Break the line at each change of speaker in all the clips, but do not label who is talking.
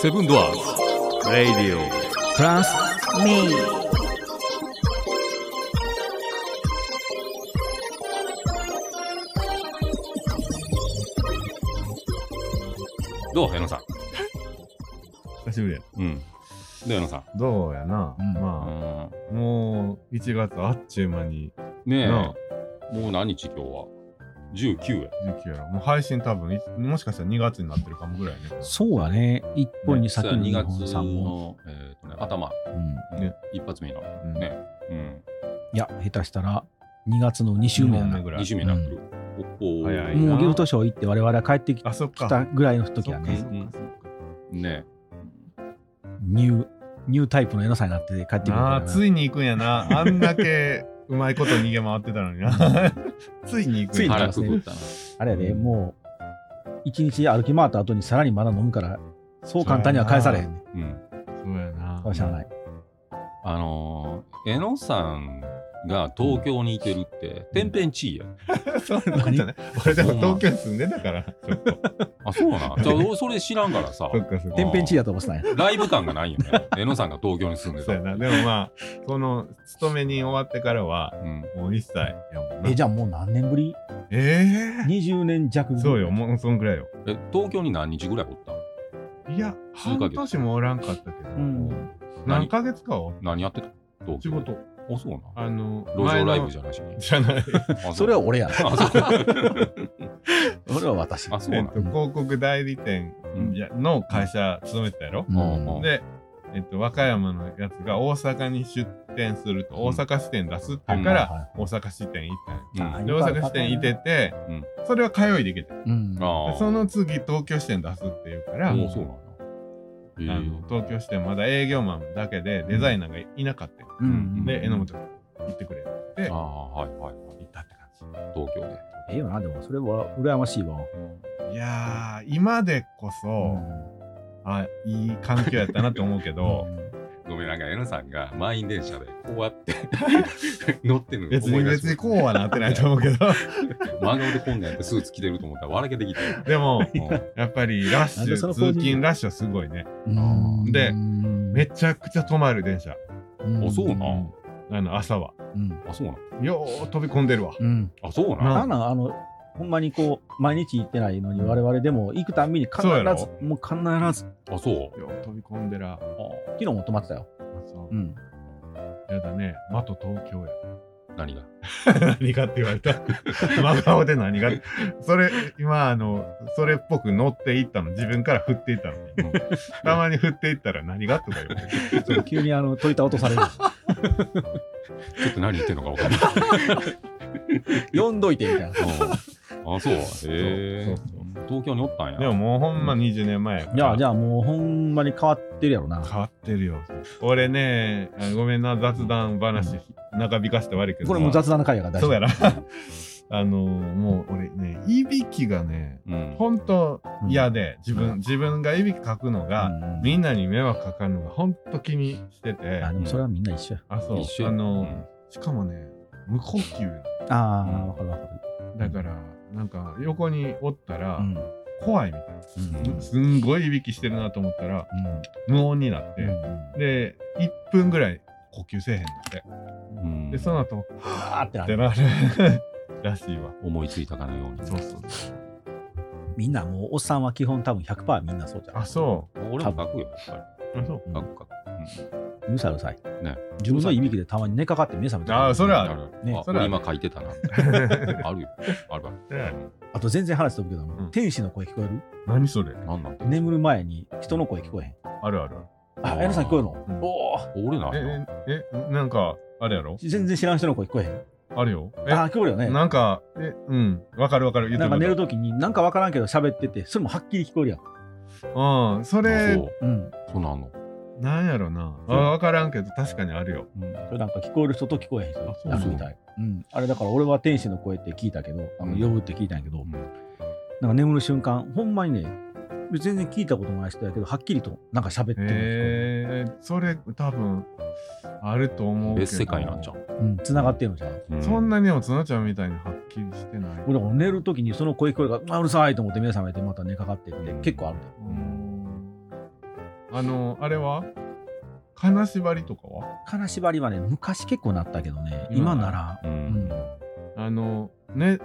セブンドアーズ
Radio Plus
Me.
どう矢野さん
久しぶりや。
うんどう矢野さん
どうやな。
うん
まあ、もう1月あっちゅう間に、
ねえ
な
もう何日今日は19や
19やろ。もう配信多分い、もしかしたら2月になってるかもぐらいやね。
そうだね。一本に先に
2
二
月
本三本。
の、えーとね、頭、
うん
ね
一発目の
うん
ね、うん、
いや、下手したら2月の2週目や
二
な
本目ぐら
2
い。
週目になってる、おっほ
早
ー
いな
もうギフトショー行って我々は帰ってき
あ、そっか。
たぐらいの時
そ
は
っかそ
ね、
っかそっか
ね
ニュー、ニュータイプのエノサになって帰ってくる
な
か
あ
ら
ついに行くんやな。あんだけうまいこと逃げ回ってたのに な。ついに行く
つ
ん
い
や
に
な。
腹くくったな
あれやで、もう一日歩き回った後にさらにまだ飲むから、そう簡単には返されへんね。
うん
そうやな。
そうしゃあない。
あのー、江野さんが東京にいてるって、天変地異や。
そういうことじゃない。俺でも東京に住んでたから。そっか
あ、そうなんじゃあ俺それ知らんからさ
そ、っかそっか。
天変地異だと思ってたんや。
ライブ感がないよね。江野さんが東京に住んでた
そうや。な。でもまあ、この勤めに終わってからは、
うん、
もう一切やもんな。
え、じゃあもう何年ぶり
ええ
?20 年弱ぶり。
そうよ、もうそんぐらいよ。
え東京に何日ぐらいおったの
いや、
数
半
ヶ月
年もおらんかったけど、
うん
何ヶ月かは
何やってた東
仕
京。
事。
あ、そうなん。
あの、
路上ライブじ
じ
ゃなしに。
ゃない。
あ
それは。俺やな。
うあ、そう。
それは私。
あ、そう
え
な
っ
ん。
と、広告代理店
うん
やの会社勤めてたやろ。
うんうん
で、えっと、和歌山のやつが大阪に出店すると、
うん
大阪支店出すって
は
言
いう
か
は
ら、
いはい
大阪支店行ったんよ
うん
あ
で、大阪支店いてて
うん、
それは通いで行けた。
うん。
あ
でその次、東京支店出すって言うから、
あ。
あ
もうそうなんだ。え
の東京支店まだ営業マンだけでデザイナーがいなかったよ。
う
うん
ん。
で、榎本君行ってくれって言って
え。あ、あ、はいはいはい。
行ったって感じ。
東京で。
ええよな、でもそれは羨ましいわ。
いやー、今でこそ、あ、いい環境やったなって思うけ ど、
ごめん、なんか、江野さんが満員電車でこうやって 乗ってるの
別
思い
に
出し
別
て
にこうはなってないと思うけ ど、
真顔でこんなんやってスーツ着てると思ったら笑けてきて。
でも、
うん
やっぱりラッシ
なん
ュ、
で
通
そのポージング
勤ラッシュはすごいね。
うん。
でめ
め
ちゃくちゃ止まる電車。
あそうなん
ん
あの、朝は。
うん。
あ、そうなん。
よう飛び込んでるわ。
うん。
あ、そうなん。
な
なんなんあの、ほんまにこう、毎日行ってないのに、我々でも行くたんびに必ず
そうや、ろ
もう必ず、
あ、そう。
よう飛び込んでら。
あ
昨日も泊まってたよ。
あそう
うん。
やだね。まと東京や。
何が
何かって言われた。真顔で何がって。それ、今、あの、それっぽく乗っていったの。自分から振っていったのに。
うん
たまに振っていったら何がとか言われて。
そう急にあの、取り倒される。
ちょっと何言ってんのか分かんない。
読んどいて、みたいな。
うんあ、そう。へえ
そうそうそ。
東京におったんや。
でももうほんま20年前やから
いや、じゃあもうほんまに変わってるやろな。
変わってるよ。俺ね、あごめんな、雑談話、長引かせて悪いけど。
これもう雑談の会やから大
そ
丈
う
夫。
やな。 あの、もう俺ね、いびきがね、
うん。
ほんと嫌で、自
う
分、自分がいびきかくのが、
うん
みんなに迷惑かかるのがほんと気にしてて、
あでもそれはみんな一緒や。
あ、そう、
一緒や
あ
う
の、
ん
しかもね、無呼吸な
ああ、わかるわかる。
のだから、なんか横におったら
うん。
怖いみたいな、
うん
すんごいいびきしてるなと思ったら無音になって、
うん。うん。
で1分ぐらい呼吸せえへんのって
うん
でその後
あーってな
って
る。
なるらしいわ
思いついたかのように。
そうそう
みんなもう、おっさんは基本多分100%みんなそうじゃん。
あそ
俺も書くよ、やっぱ
うあそう
り。書く書く。
うるさいうるさい。
ね
自分のいびきでたまに寝かかって目覚めて
あーそれはあ
あ
る
る
ね
あ
それ
俺
はある
今書いて たな。あるよ。あるあ
それはある
る。
あと全然話飛ぶけど、
ん
天使の声聞こえる
何それ
何なんて。
眠る前に人の声聞こえへん。
あるある
あ、
あー
矢野さん聞こえるの、
うん
おお
俺なんや。
えええなんかあれやろ
全然知らん人の声聞こえへん。
あるよえ
あー、聞こえるよね。
なんかえうんわかるわかる言
なん
って
か寝る
と
ときに、なんかわからんけど喋ってて、それもはっきり聞こえるやん。
うんそ
あそ
れ
う。
うん。
そうなんの。
なんやろなあ
うん
わからんけど確かにあるよ
うん
それなんか聞こえる人と聞こえへん人
あそう
な
や
の
るみたい。うん。あれだから俺は天使の声って聞いたけど、あの呼ぶって聞いたんやけど、なんか眠る瞬間、ほんまにね、全然聞いたこともない人やけど、はっきりとなんか喋ってるのが聞こえる。
えー、それ多分あると思うけど
別世界なんじゃん。
うん、繋がってるのじゃん。
う
そんなにもつなちゃんみたいにはっっきりしてない。
俺だから寝る時にその声聞こえるからあうるさいと思って目覚めてまた寝かかってって結構あるんだよ
うんあの、あれは金縛りとかは
金縛りはね昔結構なったけどね
今
今
な
な
ら
ら
う
うんん
あの、ね、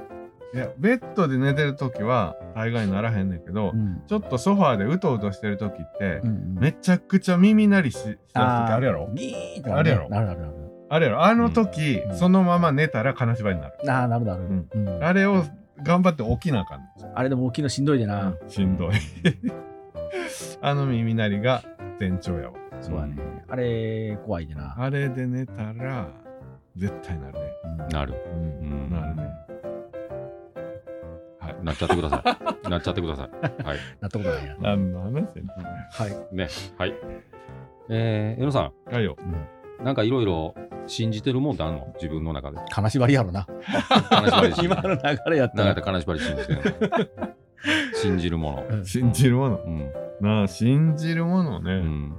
いや、ベッドで寝てるときは大概ならへんねんけど、
うん
ちょっとソファーでうとうとしてるときって、
うん
めちゃくちゃ耳鳴りししだすときあるやろ
ビーって
あるやろ
なるなるなる
あるやろあの時、
うん
そのまま寝たら金縛りになる。
あーなるなる、
うん
うん
あれを頑張って起きなあかんねん
あれでも大きいのしんどいでな、
しんどい。 あの耳鳴りが前兆やわ。
そうやねあれ怖いでな、
あれで寝たら、絶対なるね。
うん
なるん
なるね。
なっちゃってくださ いなっちゃってくださいはい
なったことないや
何の話やねん
はい
ねはいえー、江野さ
はいよ。
んなんかいろいろ信じてるもんってあんの自分の中 で
金縛りやろな
金縛り信じ
今
てる
の流れやった
なん
ら
か金縛り信じてるの信じるも
うん
信じるもの。
のうん
なあ、信じるもの
う
ね。
ん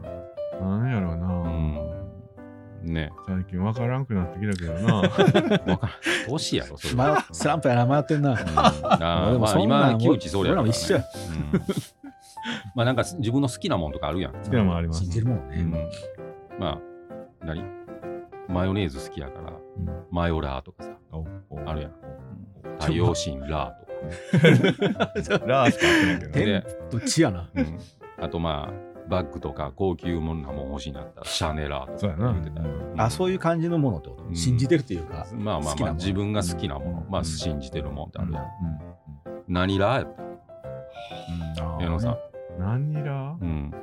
なんやろう
う
な。
んね
最近わからんくなってきたけど な。
わからん年やろそれは
迷っスランプやな迷ってんな
うんあー
でも
まあ
そんなん
今窮地そうやからね
俺らも
うんまあなんか自分の好きなもんとかあるやん
きなもんあります
信じるもん
う
ね、
んまあ何マヨネーズ好きやから
うん
マヨラーとかさある やん多様心ラーとか、
ラーしか合ってないけどね。
天と地やな
うんあとまあバッグとか高級もんなもん欲しいなったらシャネラーと
そうや
か
な
言って。たよ、うん
あそういう感じのものってこと、
うん
信じてるっていうか
まあまあ
好
まあ
きなもの
自分が好きなもの、
うん
まあ信じてるもんってあるやん、
うん
何ラーやった
あー
矢野さん、
何ラー
うん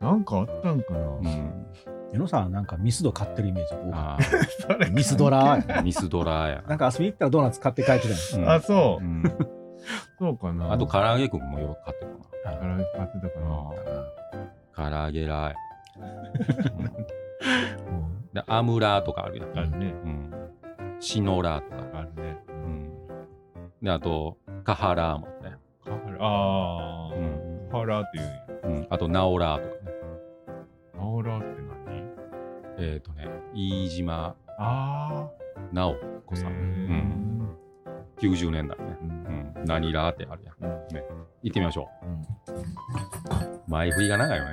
なんかあったんかな
うん、
矢野さんはなんかミスド買ってるイメージ多
あ
それ
いミスドラーや
ーミスドラーや
なんか遊びに行ったらドーナツ買って帰ってたやん
うん
あ、そうう。
ん
そうかな。
あと唐揚げくんもよく買ってるか
唐揚げ買ってたかな。
な唐揚げラーや、うん
うん
でアムラーとかあるやん、
あるね。
うん、シノラーとか、
あるね。
うん、であとカハラーもね、
カハラ。あ
う
ー。
ん
カハラっていうんや。
うん、あとナオラーとかね
カハラって何
えっ、とね飯島
あ
直子
ー。
さん
へー
うん90年代ね、
う
うんん、何ラーってあるやん
うん
行ってみましょう前振りが長いよね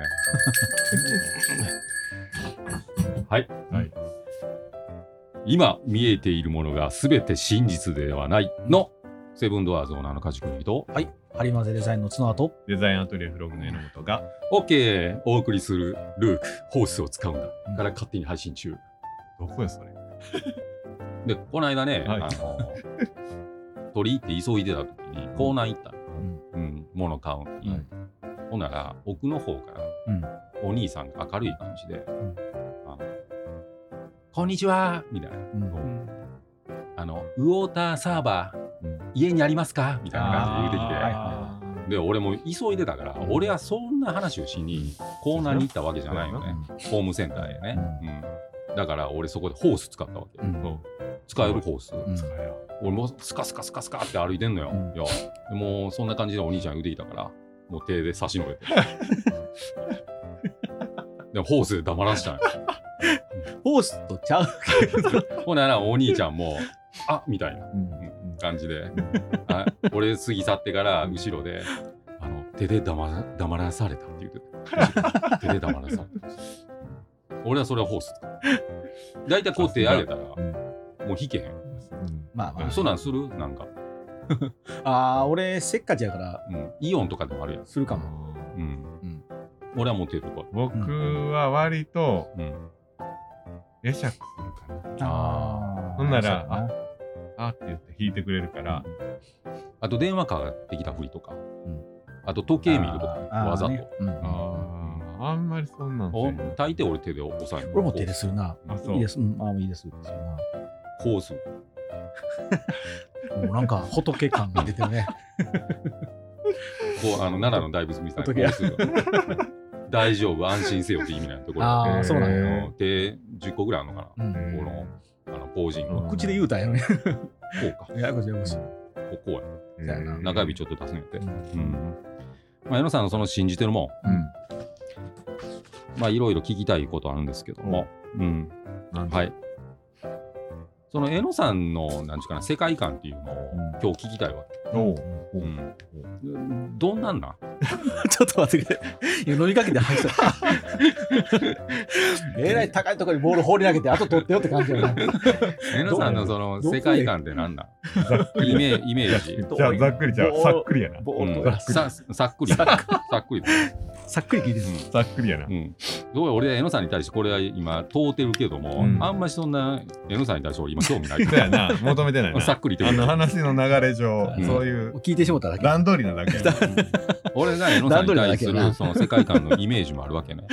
はい
はい。
今見えているものが全て真実ではないのセブンドアーズオーナーの家事君と
はいハリマゼデザインの角と
デザインアトリエフログの榎本が、
OK お送りするルークホースを使うんだ
うん
から勝手に配信中
どこやそれ
でこの間ね、
はい
あの鳥行って急いでた時に港南行ったの、うん物買うのに、
はい
ほんなら奥の方から
うん
お兄さんが明るい感じで「
ん
あのこんにちは」みたいな
うん
「あのウォーターサーバー
うん
家にありますか?」みたいな感じで言うてきて。
あー
で俺も急いでたから、
うん
俺はそんな話をしにコーナーに行ったわけじゃないよね、ホームセンターへね、うんだから俺そこでホース使ったわけ、
うん
そう
使えるホース、
うん
使えよ
俺もうスカスカスカスカって歩いてんのよ、
うん
いやでもうそんな感じでお兄ちゃん言うてきたからもう手で差し伸べてでホースで黙らしたんよ
ホースとちゃう
ほんならお兄ちゃんも「あみたいな
うん
感じであ俺過ぎ去ってから後ろで「あの手で黙ら黙らされた」って言うてた手で黙らされた俺はそれはホース大体こう手上げたらも
うん
う引けへん
うん
まあまあ
そんなんするなんか、
ああ俺せっかちやから
うん、イオンとかでもあるやん、
するかも
うん
うん
俺はもう手とか、
僕は割と
うん、
会釈するから
あ
ほんならあって言って引いてくれるから
あと電話かかってきたふりとか、
ん
あと時計見るとかわざと、
あーあんまりそんなんせ
お
ん
大抵俺手で押さえる
俺も手でするな
あそう
いいですうんあーいいですいいですな
ホース
もうなんか仏感が出てるね。
こうあの奈良の大仏みたいな
仏や
こうするわ 大丈夫安心せよって意味なんやとこれ
あ
へ
あ、
ー
そうなんや。
の手10個ぐらいあるのか
うん
な、このあのポージングは、
うん
こ
口で言うたんやのに。
うか
ややこしいややこしい。
ここうや
うん
だよな
中指ちょっと出すんやって、うんまあ、矢野さんのその信じてるも
うん
んまあいろいろ聞きたいことあるんですけども、うん
なんで
はいその江野さんのなんちゅうかな世界観っていうのを
う
今
ん
日聞きたいわ
おう
け、うん、どんなんなん
ちょっと待ってくれ。今乗りかけて入った。 えらい高いところにボール放り投げて、あと取ってよって感じやな。
江野さんのその世界観ってなんなんイメイメージ
じゃあざっくりじゃあ
どう
さっくりやな
ボ
う
ール
ん
とか、
ささっくりさっくり
さっくり聞いてる。
ざっくりやな
うん、どうや俺江野さんに対してこれは今通ってるけども、
うん
あんまりそんな江野さんに対して俺今興味な
そうや
い
な求めてない な
さっくりと
あ
いう
の話の流れ上
うん
そういう
聞いてしもただけ。
段取りなだけ やな
俺が江野さんに対す
段取りだけやな
るその世界観のイメージもあるわけね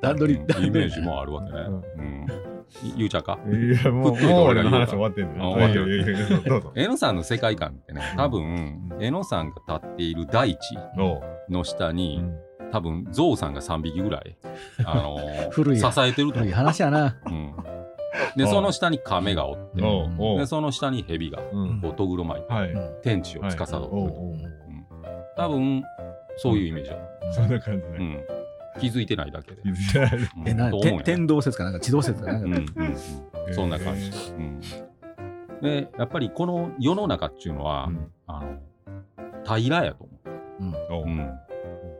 段取り、
うん
段
イ
取
メー
り。
ジもあるわけね、うんい言うちゃうか
い やもう
食っといて
もう俺
俺が言
の
う
話
か
終わってんね
あ終わってる
いやいやいや どうぞ
江野さんの世界観ってね多分江野さんが立っている大地
ど
の下
う
に多分ゾウさんが3匹ぐらい、あのー
古いや
支えてると
い
思、
いう話やな。
うん、で
ああ
その下に亀がおっ
うんおうおう
でその下に蛇が
うん
こうトグロ巻いて
はい
天地を司ってると、
はいおうおう
多分そういうイメージだ、
そんな感じ
う
ね
ん、気づいてないだけで、
いや
うん
え、な、
と
て
思うよ
天動説かなんか、地動説かなん
うん
か。
うん うんそんな感じ、うん、でやっぱりこの世の中っていうのは、
うん
あの平らやと思
お
う、
う
うん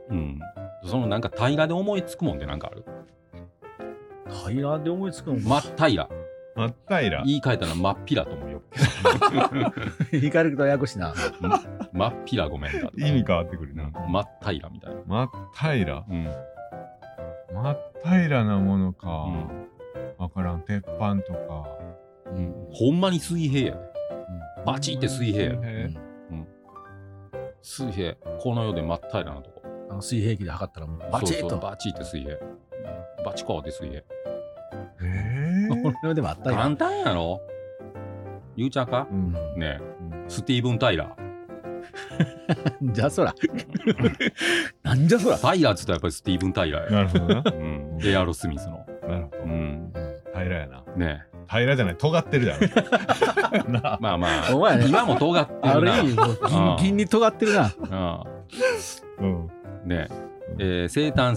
うん、そのなんか平らで思いつくもんってなんかある
平らで思いつく の。
真っ平ら
真っ平ら
言い換えたら真っ平らと思う よ
行かれるとややこしいな。
真っ平らごめんな
意味変わってくるな
真っ平らみたいな、
真っ平ら
うん
真っ平らなものか
うん
わからん鉄板とか
うんほんまに水平やで、バチって水平やで
平
水平この世で真っ平らなとこ
あの水平器で測ったら、もうバチッ
そうそう
と。
バチって水平バチコーって水平
えー
これでもあったよ。
簡単やろゆうちゃんか
うん
ねえスティーブン・タイラー
じゃあそら。なんじゃそ ら。
タイラーっつったらやっぱりスティーブン・タイラーや、
なるほどな
うん、エアロスミスの
なるほ
うん
ど平らやな
ねえ
平らじゃない尖っ てるだろな
まあま
お前
あ
ね
今も尖ってるな
ある意味、もう
あ
銀
あ
銀に尖ってるな。
うん
うんねええー生誕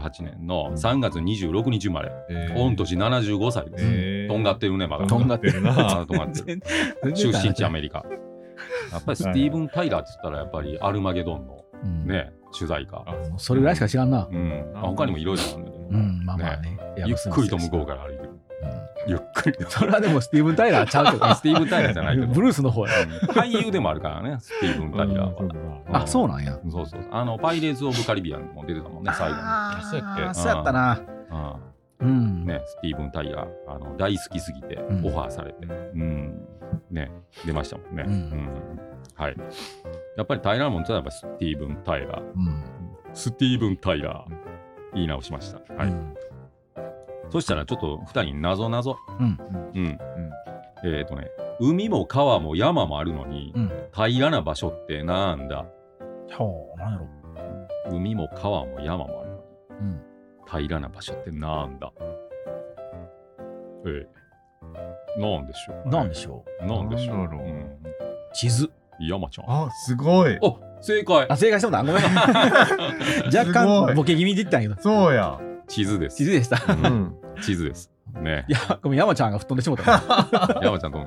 1948年の3月26日生まれ
えー
御年75歳です、
えー
とんがってるねまだ
とんがってるな
あーとんがってる
全
中
然
心地アメリカ。やっぱりスティーブン・タイラーって言ったら、やっぱりアルマゲドンの
うん
ね、取材か。
あ
もうそれぐらいしか知らんな。
うん。あ他にもいろいろあるんだけど。
うん、まあまあね。いや
ゆっくりと向こうから歩いてる。
う
ゆっくり。
んそれはでもスティーブン・タイラーちゃうけど
スティーブン・タイラーじゃないけど。
ブルースの方や。
うん俳優でもあるからね、スティーブン・タイラー
うん
は。
そうか
あ、そうなんや。
そうそう。あの、パイレーツ・オブ・カリビアンも出てたもんね、最後に。
あ
そうやっけ
ーそうやったな。う
うん
ん。
ね、スティーブン・タイラー、あの大好きすぎて
うん
オファーされて、うんね、出ましたもんね。
うん
うんはい、やっぱりタイラーもんとはやっぱスティーブン・タイラー。
うん
スティーブン・タイラー。言い直しました。はい。
うん
そしたらちょっと2人になぞなぞ。
うん
うん。えっ、とね、海も川も山もあるのに、
うん。
平らな場所ってなんだ
ほう、なんやろ。
海も川も山もあるのに、
うん
平らな場所ってなんだええなんでしょう、
なんでしょう。
なんでしょう
なんだろう
うん
地図。
山ちゃん。あ、
あすごい
正解
あ、正解したもんだ。 ごめん。若
すご
干
い
ボケ気味で言ったんやけど。
そうや
地図です。
地図でした。
う
うんん
地図です。ね
いや、ごめん、山ちゃんが吹っ飛んでしもたか
山ちゃんと、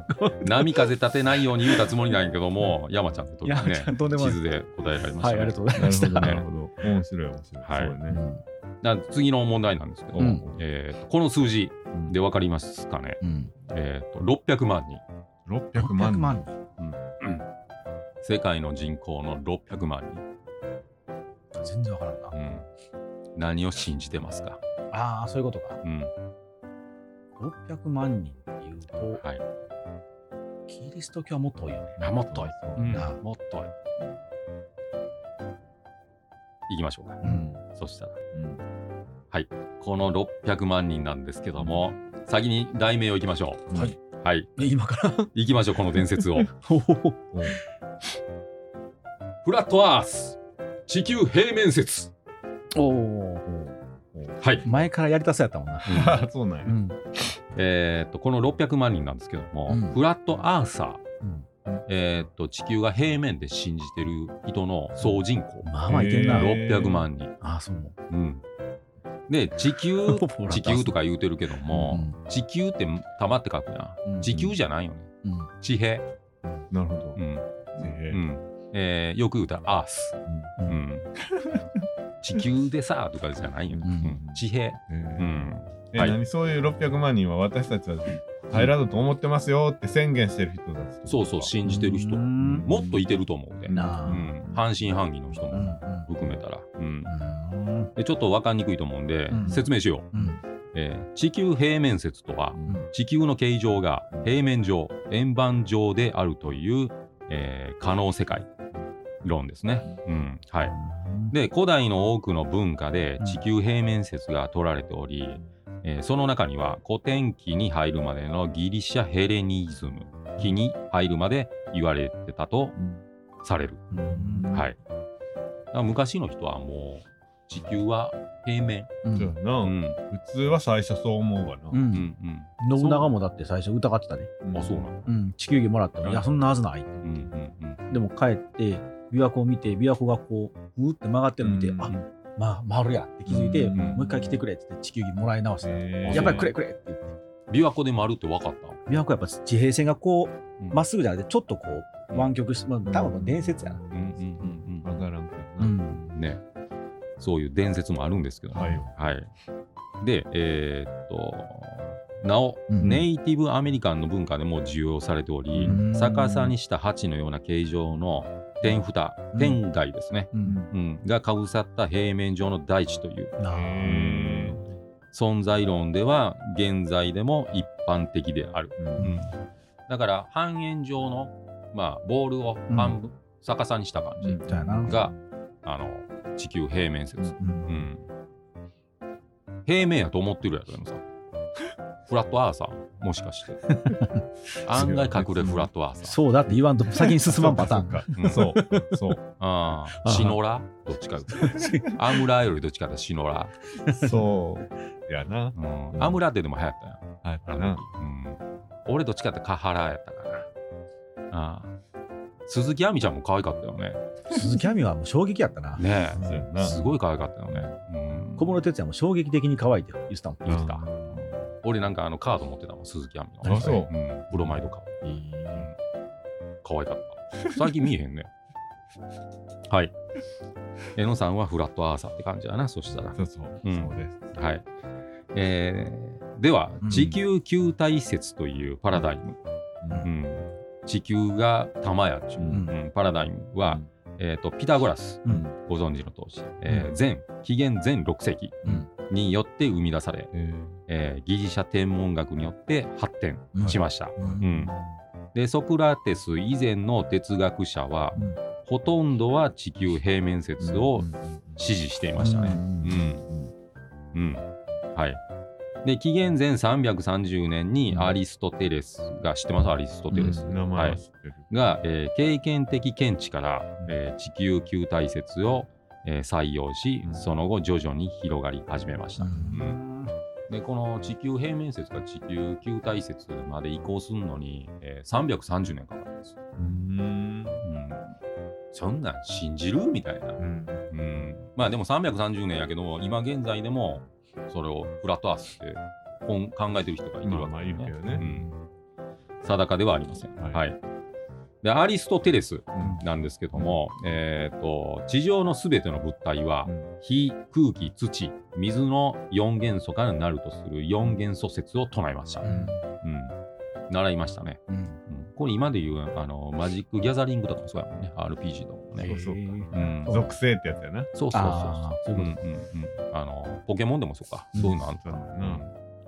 波風立てないように言うたつもりなんやけど も、山ちゃんってと
ら。山
ね
ちゃ、ん、とんでもな
地
い。
図で答えられました
はい、
ね。
ありがとうござい
なる
ま
ほ
し
ど
た。
なるほど面白い面白い
はい
そうや
う
ね
ん
だから次の問題なんですけど、
うん
えーとこの数字で分かりますかね、
うん。
えーと ?600 万人。
600万人
人。
世界の人口の600万人。
全然わからんな。
うん何を信じてますか、
ああ、そういうことか。
うん
600万人っていうと、
はい、
キリスト教はもっと多いよね。
あもっと多い
うん
なあもっといきましょうか。
うん。
そしたら、
うん
この600万人なんですけども、先に題名をいきましょう。
はい。
はい。
で今から
いきましょう、この伝説を。
ほほほ
お
フラットアース地球平面説
おお
はい。
前からやりたそうやったもんな。
あ そうなんや
ん。
えーっと、この600万人なんですけども、
うん
フラットアーサ
うん
ー、えーっと、地球が平面で信じてる人の総人口。
まあまあいけんな。
へー
600万人。
ああ、そう。
うん。ね地 球
ポポ ラ
地球とか言うてるけども、地球って玉って書くや
うん
ん地球じゃないよね
うんうん
地平
なるほど
う。ん
え
う
ー
んえーよく言うたら「アース」
う
うんん地球でさとかじゃないよね、
うん
うん地平
えー
うん
え
はい
何そういう600万人は私たちは平らだと思ってますよって宣言してる人たちとか。
そうそう信じてる人
うん
もっといてると思うで、うん、
なあ
半信半疑の人
うん
も含めたら、うん
うんうん
でちょっと分かりにくいと思うんで、
うん
説明しよう、
うん
えー地球平面説とは
うん
地球の形状が平面上円盤上であるという、えー可能世界論ですね、うんはい、で古代の多くの文化で地球平面説が取られており、えーその中には古典期に入るまでのギリシャヘレニズム期に入るまで言われてたとされる。
うん
はい、だから昔の人はもう地球は平面、
う
そうや
ん
な、
うん
普通は最初そう思うわな。
う
うんん
信長もだって最初疑ってたね、
うん、あそうなんだ、
うん、地球儀もらっても、
うん
いやそんなはずない
うんうん
でも帰って琵琶湖を見て琵琶湖がこううーって曲がってるのを見て、
うん
あまあ回るやって気づいて、
うん
もう一回来てくれって言って地球儀もらい直して、
えー
やっぱりくれくれって言って
うん、琵琶湖で丸って分かった
琵琶湖やっぱ地平線がこう
うん
まっすぐじゃなくてちょっとこう
うん
湾曲して、まあ、多分これ伝説やな、
うんうんう
わ
ん
からんけ
う
どな。
ん
うんねそういう伝説もあるんですけどね、
はい。
はい。で、えーっと、なお、
うん
ネイティブアメリカンの文化でも需要されており、
うん
逆さにした鉢のような形状の天蓋、
うん
天蓋ですね、
うん
うんがかぶさった平面上の大地という
なあ
へー
存在論では現在でも一般的である。うんだから半円状の、まあ、ボールを半分、逆さにした感
うんそうやな
じが、あの地球平面説。
う
うんん。平面やと思ってるやろ、でもさ。フラットアーサーもしかして。案外隠れフラットアーサー。
そうだって言わんと先に進まんパターン
か。
うん
そ。う。そう。
ああ、シノラどっちか言うと。アムラよりどっちかだ、シノラ。
そう。やな。
うん。アムラってでも流行ったやん。
はい。
あの
な
時。うん。俺どっちかってカハラやったかな。ああ。鈴木亜美ちゃんも可愛かったよね。
鈴木亜美はもう衝撃やったな
ね
そうや
え。
な。
すごい可愛かったよね。うん。
小室哲哉も衝撃的に可愛いって言ってたもん
言ってた。
う
俺なんかあのカード持ってたもん、鈴木亜美の。
あ、そう。
うん、ブロマイドか。可愛かった。最近見えへんね。 はい。えのさんはフラットアーサーって感じだな、そしたら。
そうそう。
うん
そうです。
はい。えーでは
うん、
地球球体説というパラダイム。
うん
うん地球が玉やっちゅう、
ん
うんパラダイムは、えーと、ピタゴラス、
うん
ご存知の通り、えー前、紀元前6世紀
うん
によって生み出され、
え
えーギリシャ天文学によって発展しました。
う
うんでソクラテス以前の哲学者は、
うん
ほとんどは地球平面説
ー
を
うんうん
支持していましたね。
ん
うん、はいで紀元前330年にアリストテレスが知ってますアリストテレス、
う
名前は知ってる。
が、えー経験的見地から、えー地球球体説を、えー採用し
うん
その後徐々に広がり始めました。
うん
でこの地球平面説から地球球体説まで移行するのに、えー330年かかるんです。
うーん。
うんそんなん信じるみたいな、
うん
うん、まあでも330年やけど今現在でもそれをフラットアースってこん考えてる人がいてるわけ
まあまあ
だ
い
よ
るけ
ね
ど
う
ね。
ん定かではありません、
は
はいいでアリストテレス
うん
なんですけども、えー、と地上のすべての物体は火空気土水の4元素からなるとする4元素説を唱えました、うん、習いましたね
うん
うんこれ今で言うあのマジック・ギャザリングとかもそうやもんね RPG とかも
そ
ね
う、そうか
うん、
属性ってやつやな。
そうそうそう
あー
そう
そ
う
うい
ん
う
うんうんあのポケモンでもそうか、そういうのあん
そう
た
だな。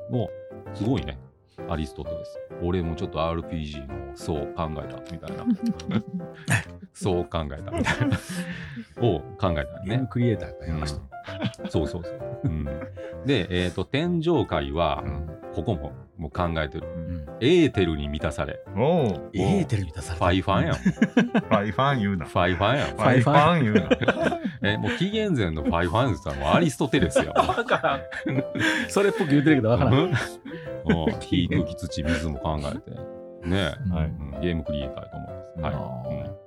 もうすごいねアリストテレス俺もちょっと RPG のそう考えたみたいなそう考えたみたいなを考えた
ゲー
ね
ムクリエイターがやりました
うんそうそうそう、うん、でえっ、と天上界は、ここももう考えてるエーテルに満たされ
おう、
エーテル満たされ
ファイファンやんフ
ファイファン言うな。フ
ァイファンやん
ァイファン言うな。
え、もう紀元前のファイファンズさんはアリストテレスよ。
分からんそれっぽく言ってるけど分からん
うんうん火、空気、土、水も考えて。ねえ、
はい
うんゲームクリエイターやと思うんです。はい。
あ
うん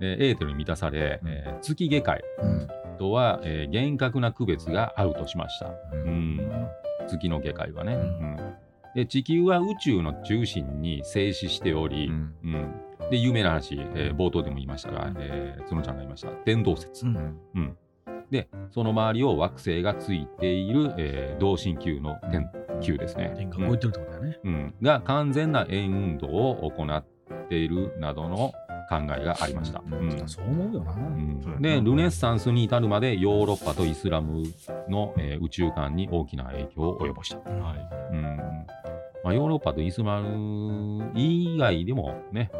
でエーテルに満たされ、
うん
えー月下界、
ーうん
とは、えー厳格な区別があるとしました。うん月の下界はね。
う
うんで地球は宇宙の中心に静止しており、
うん
うんで有名な話、えー冒頭でも言いましたが、えー、角ちゃんが言いました天動説、
うん
でその周りを惑星がついている、えー同心球の天球ですね、
天が動いてるってことだよね。
うんうんが完全な円運動を行っているなどの考えがありました。
うん
うん
そう思うよな。
うんでルネッサンスに至るまでヨーロッパとイスラムの、えー宇宙観に大きな影響を及ぼした、はいうんまあ、ヨーロッパとイスラム以外でもね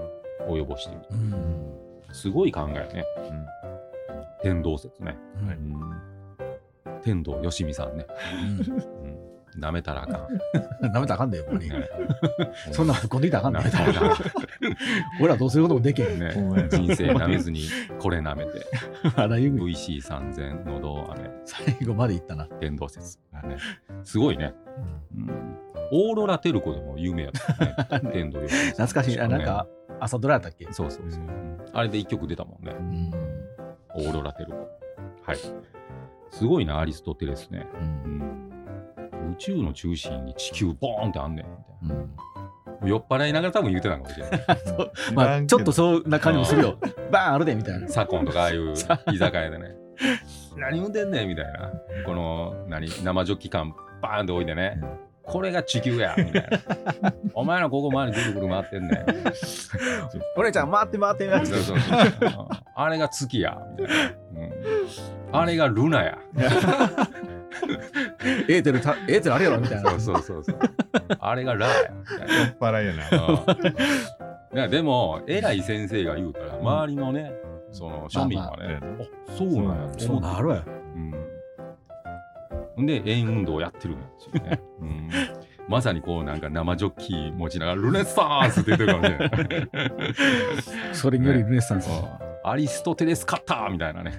及ぼしている
うん
すごい考えね、天道説ね、
うん
はい
うん天道よしみさんね、うん、舐めたらあかん、
うん舐めたらあかんだよ、やっぱり。
ね、
そんなぶっ込んでいたらあかん
舐
だ
め
よ。
たらあかん
俺らどうすることもできへん。
ね
ほんまやな
人生舐めずにこれ舐めて
あらゆる
VC3000 のど飴
最後までいったな。
天動説、ね、すごいね、うんオーロラテルコでも有名やった、ね、天動よしみさん
懐かしい。あなんか、朝ドラやったっけ
そうそうそう、あれで一曲出たもんね
うん
オーロラテルコはいすごいなアリストテレスね、
う
うんん、宇宙の中心に地球ボーンってあんねんみたい
うん
な酔っ払いながら多分言ってたのかもしれない
まあ、ちょっと
そ
そんな感じもするよ。バーンあるで、みたいな。
左近とかああいう 居酒屋でね 何言うてんねんみたいなこの何生ジョッキ感バーンって置いてね、
うん
これが地球やみたいな お前らここ周りぐるぐる回ってんねん
お姉ちゃん、回って回って回って
そうそうそうあれが月やみたいな、うんあれがルナや
エーテルた、エーテルあれやろ、みたいな
そ。うそうそうそうあれがラーやみたいな
っ払い やな。
うんいやでも偉い先生が言うたら周りのね、その庶民はね、あそうなんや
そうなるわよ。
うん、で円運動をやってるんやっていうね、うんまさにこうなんか生ジョッキ持ちながら「ルネッサンス!」って言ってるかもしれない。
それによりルネッサンス。
うんアリストテレスカッターみたいなね。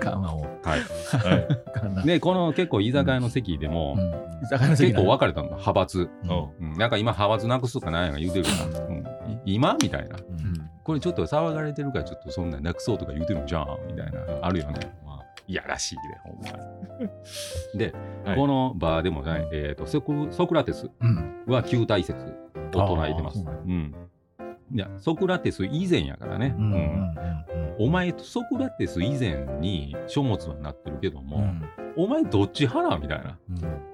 かまを。
はい、
はい
か な。
でこの結構居酒屋の席でも、
うん居酒屋の
結
席な
構
の
分かれたの派閥、
お
うんなんか今派閥なくすとかないが言うてるから、うんい今みたいな
うん
これちょっと騒がれてるからちょっとそんななくそうとか言うてるんじゃんみたいなあるよね、まあ、いやらしいでほんまにで、
はい
この場でもない、えー、とソクソクラテス
うん。
は旧体説を唱えてます
あーそうなん
うんいやソクラテス以前やからね、
うん
う
うん
んお前とソクラテス以前に書物はなってるけど
うんうん。う
も、
ん
お前どっち派なんみたいな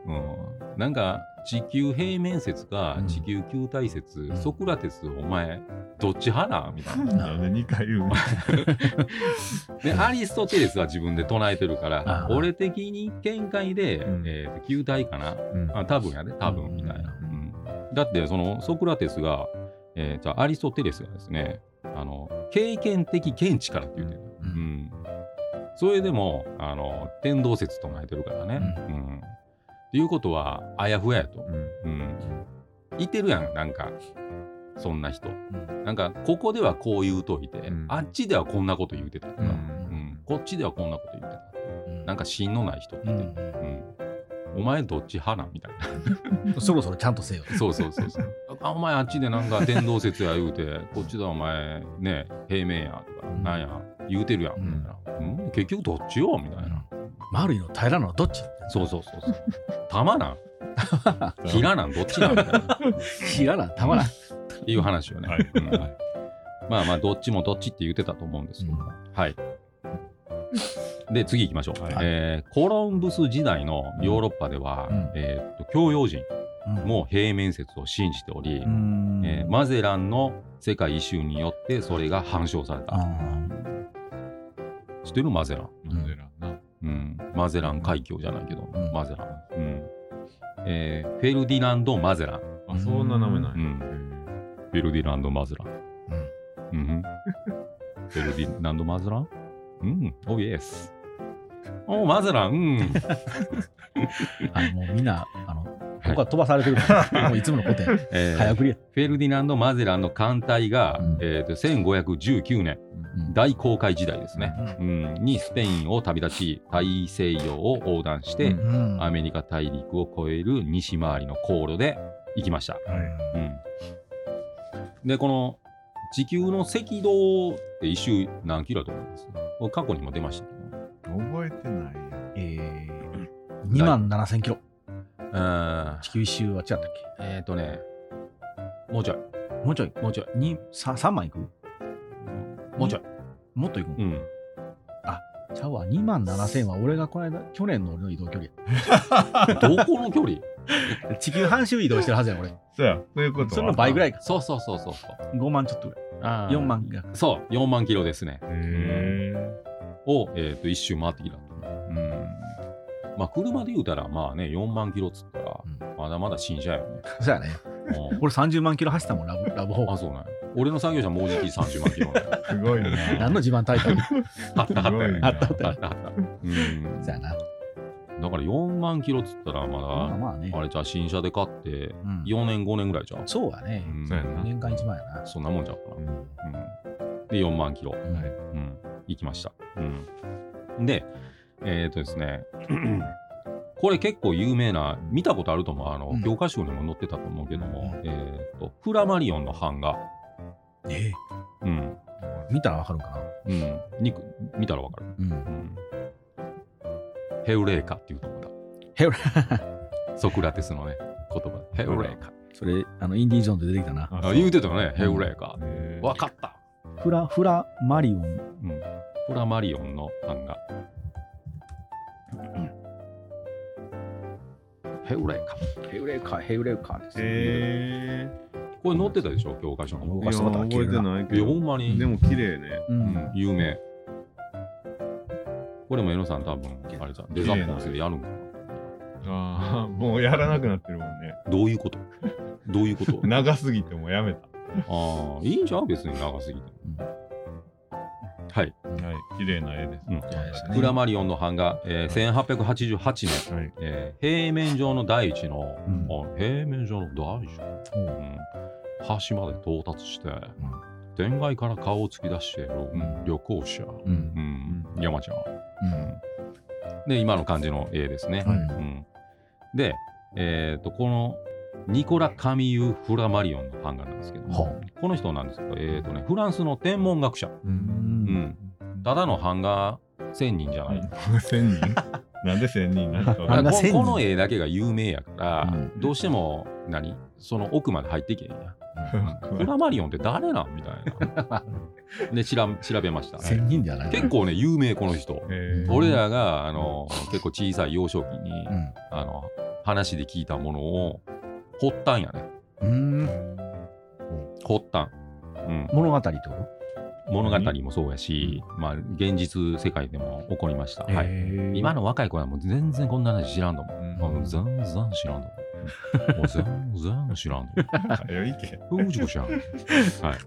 うん
うんなんか地球平面説か
うん
地球球体説、
ん
ソクラテスお前どっち派なんみたい な。
なんで2回言うの
でアリストテレスは自分で唱えてるから
あー
俺的に見解で、
うん
えーと球体かな
うん
あ多分やで多分みたいな、うんだってそのソクラテスが、えーじゃあアリストテレスがですねあの経験的見地からって言ってる、
う
うんんそれでもあの天動説唱えてるからね、うんっていうことはあやふややと、
うん
うん、いてるやんなんかそんな人
うん
なんかここではこう言うといて、
うん
あっちではこんなこと言うてたとか、
う
うんんこっちではこんなこと言って
うん
たなんか芯のない人って、
う
うんんお前どっち派なんみたいな
うんそろそろちゃんとせよ。
そうそうそうそう あお前あっちでなんか天動説や言う てこっちではお前ね平面やとか、
うん
なんや言うてるやん、
うん
みたいなうん結局どっちよみたいな、
丸いの平らなのどっち
そうそうそうそう玉なん平なんどっちなんみたい な
平らなたまらん。
って いう話よね。
はい
うんまあまあどっちもどっちって言ってたと思うんですけど、
うん
はい。で次行きましょう、
はい
えーコロンブス時代のヨーロッパでは、
うん
えーっと教養人
も
も平面説を信じており、
うん。
えーマゼランの世界一周によってそれが反証された。
あ
知ってるマゼラン、
なんでなんな
うん、マゼラン海峡じゃないけど、
うん
マゼラン。うんえーフェルディナンド・マゼラン。
あそんな名前な
うん
や
んフェルディナンド・マズラン。 うん。フェルディナンド・マズランうん。おイエス。おマズラン。 うん。
ーあのもうみんな、あの、
い
僕は飛ばされてるか ら、もういつもの古典、
えー
早送りや。
フェルディナンド・マゼランの艦隊が、
うん
えーと1519年
うん
大航海時代ですね、
う
うん、にスペインを旅立ち大西洋を横断して、
うん
うん
アメリカ大陸を越える西回りの航路で行きました、
は
うん、でこの地球の赤道って一周何キロだと思います過去にも出ましたけど
覚えてないや
えー、2万7千キロ。
うん。
地球一周は違ったっ
えっ、ー、とね、もうちょい、
けもうちょい。
もうちょい。
に 3, 3万いく
もうちょい。
もっといくの、
うん。
ちゃうわ。2万7千は俺がこの間、去年の俺の移動距離や。
どこの距 離
地球半周移動してるはずや、俺。
そうや、そういうことは。
それの倍ぐらいか。
そうそうそうそうそう。
5万ちょっとぐらい。
あー
4。万が。
そう、4万キロですね。
へ
を、えっと一周回ってきたと。うん。まあ、車で言うたら、まあね、4万キロっつったら、
うん
まだまだ新車やよね。
そうやね。
うん
俺30万キロ走ったもん、ラブ、ラブホー
あ、
ク。
そうなんや俺の産業者もうじき30万キロなんや。
ーすごいな。
何の自慢大会
あったあったよね
あったあ
った
あったあった。うん。
そう
だ
やな。
から4万キロっつったら、
まあ
ま
まあね
だ、。あれじゃあ新車で買って、
うん
4年、5年ぐらいじゃん。
そうやね。
ん
そうやな
年間1万やな。
そんなもんじゃうか
うん
な。うん、で、4万キロ、
うん
はい
うん、行きました。うん、で、えっ、とですね、 これ結構有名な、見たことあると思う、あの
うん
教科書にも載ってたと思うけども、
う
えっとフラマリオンの版画、
え
うん
ー見たらわかるかな。
うん、に見たらわかる、
うん
う。ん。ヘウレーカっていうとこだ。
ヘウレ
ソクラテスのね、言葉、ヘウレーカ。
それ、あの、インディ・ージョーンズで出てきたな。
あ
あ言うてたよね、ヘウレーカ。
へー
わかった。
フラ、フラ、マリオン。
うん、フラマリオンの版画。ヘウレカ。
ヘウレカ、ヘウレカです
へ
これ載ってたでしょ、教科書に。
ー。い
動か
や、
したこと
覚え
は消え
て
るな。
ないけ
いや、ほ
ど。
んまに、
でも綺麗ね。
う
うんん、。有名。これも江野さん、多分あれじゃん、デザポンスでやるんかな。
ああ、もうやらなくなってるもんね。
どういうことどういうこと
長すぎてもうやめた。
ああ、いいんじゃん、別に長すぎて。
うん
はい、
はい、綺麗な絵です。
そうですね
フラマリオンの版画、えー1888年、
はい。
えー平面上の大地の、
うん
あ平面上の大地、
お
う、
うん
端まで到達して、天外から顔を突き出している、
ん
旅行者、
う。
うんん
うん
山ちゃん。
うん。
で、今の感じの絵ですね。
はい
うんで、えっとこのニコラ・カミユ・フラマリオンの版画なんですけども、
は
この人なんですけど、えっとね、フランスの天文学者、
う。
うんん。
ただの版画千人じゃない。
千人なんで千人なんか分
だ
か
か
ん
版
ら
ない
画
こ
千人
この絵だけが有名やから、
うん
どうしても何その奥まで入っていけへんや。フラマリオンって誰なんみたいな。で調べ調べました。
千人じゃない
結。構ね有名この人。
へー
俺らがあの結構小さい幼少期に
うん
あの話で聞いたものを発端やね。
うん。
発端。うん、
物語ってこと
物語もそうやし、まあ、現実世界でも起こりました。はい
い
今。の若い子はもう全然こんな話知らんと思う。
うん
あの全然知ら んと思う。もう全然知らんと
早いけ
思う。藤子ちゃん。はい。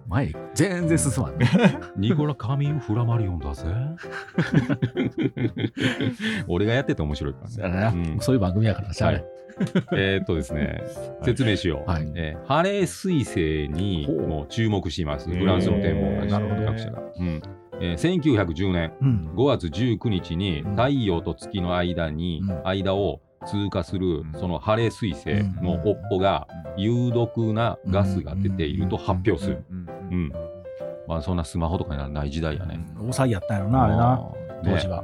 前に全然進まんね。
ニコラ・カミン・フラマリオンだ ぜ。俺がやってて面白いからね。うん
そういう番組やから、しゃあない。
えーっとですね、説明しよう。
はい
えーハレー彗星に
ほう
もう注目します。
へー
フランスの天文学
なるほど
者学者が。うんえー1910年
うん。
5月19日に太陽と月の間に、
うん
間を通過する
うん
そのハレー彗星の尾っぽが有毒なガスが出ていると発表する。う
うん
まあそんなスマホとかにない時代やね。
大騒ぎやったんやろな、あれな。
ね
当時は。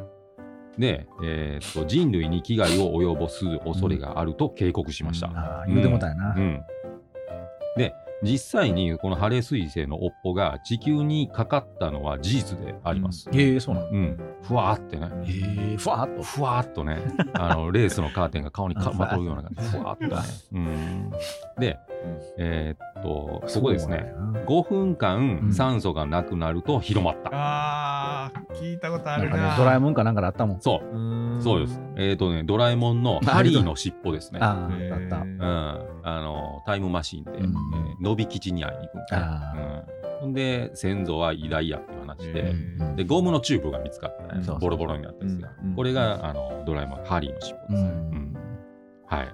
で、えーっと人類に危害を及ぼす恐れがあると警告しました。
ああ、言うてもたやな
う。ん、で実際にこのハレー彗星の尾っぽが地球にかかったのは事実であります。
へえ、そうなの。
うん、ふわーってね
へえ、ふわっと。
ふわーっと ねあのレースのカーテンが顔にかまとうような感じふわ ーっとね。うん、でえーっとそこですね。5分
う
間
ん
酸素がなくなると広まった。
あー聞いたことあ
なん
る
か
な
ね、ドラえもんかなんかであったもん。
そう
うん
そうです。えーっとねドラえもんのハリーの尻尾ですね。
あ
へ
あ、だ
ー
った。
うん、あのタイムマシンで、
うん
えー、伸び吉に会いに行くんだ
あ
うん、ほんで先祖は偉大やっていう話で,、
へ
うん
ー
でゴムのチューブが見つかった、ね
そうそう
ボロボロになったんですが、
うん
これがあのドラえもんハリーの尻尾
う
ですね、
ん。
はい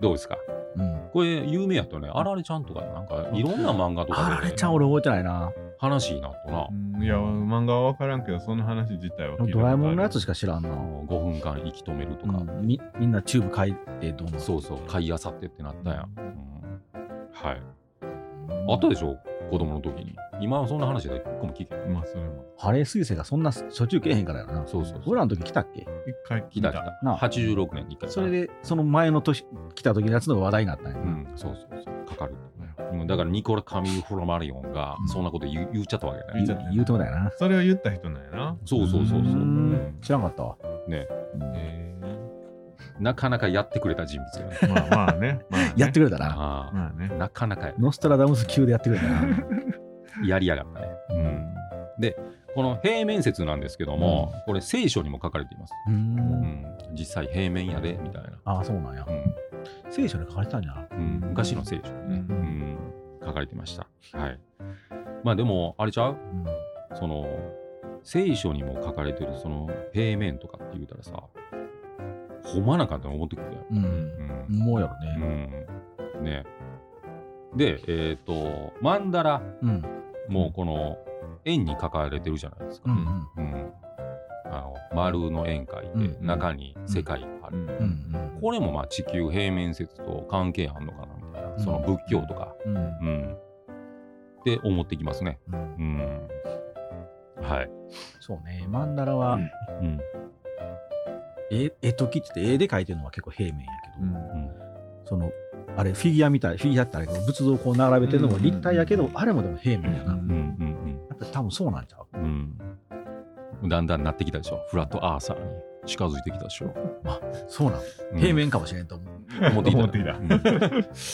どうですか
うん。
これ有名やとねあられちゃんとかなんかいろんな漫画と
あ
からで
れちゃん、俺覚えてないな。
話になったな、
うんいや漫画は分からんけどその話自体は聞いたこと
ド
あ
ラえ
る
もんのやつしか知らんな。
もう5分間息止めるとか、
うんみみんなチューブ書いてどうの
そうそう買いあさってってなったやん、うんはいあったでしょ子供の時に。今はそんな話で一個も聞けない。
まあ、それも。
ハレー彗星がそんなしょっちゅう来えへんからやろな。
そうそうそう。
俺らの時来たっけ
一回聞
来
い
た
た。
来た。
なあ
86年に一回。
それ。で、その前の年来た時のやつのが話題になったんや
う
な。
ん、そうそうそう。かかる。うんだからニコラ・カミュー・フロマリオンが
うん
そんなこと言う言っちゃったわけだ
言
ね
っち。ゃったよ
言うてもだよな。
それを言った人なんやな。
そうそうそうそう。
ー
うんん
知らんかったわ。
ね
え
なかなかやってくれた人物やね。
ーまあまあね。まあね
やってくれたな。
あ
まあね
あ、。なかなかや
ノストラダムス級でやってくれたな。
やりやがったね。うんこの平面説なんですけども、これ聖書にも書かれています。
うー。
うんん、実際平面やでみたいな。
ああ、そうなんや
う。ん
聖書に書かれてたんじゃな。
うん、昔の聖書にね、
う
うん、書かれてました。はい。まあでもあれちゃう
うん
その聖書にも書かれてるその平面とかって言うたらさ、ほんまなんかって思ってくるやん。
うん。
うん
もうやろ
う
ね。
んね。で、えっ、と、曼荼羅
うん。
もこの円に書かれてるじゃないですか。
うん。うん。
うんあの丸の円描いて、
うん
中に世界がある。
うん
うん。
これもまあ地球平面説と関係あんのかなみたいな、
うん
その仏教とか、
うん。
うん。って思ってきますね。
うん
うん。はい。
そうね。曼荼羅は、
うん。
絵絵ときって言って絵で描いてるのは結構平面やけど、
うん
そのあれフィギュアみたいフィギュアってあれやけど仏像をこう並べてるのも立体やけど、
うんうん
あれもでも平面やな、
うん。うん。
やっぱり多分そうなんちゃう
うん。うん。だんだんなってきたでしょ。フラットアーサーに近づいてきたでしょ。
そうなん、
うん
平面かもしれんと思う
思っていた
思っていた
うん で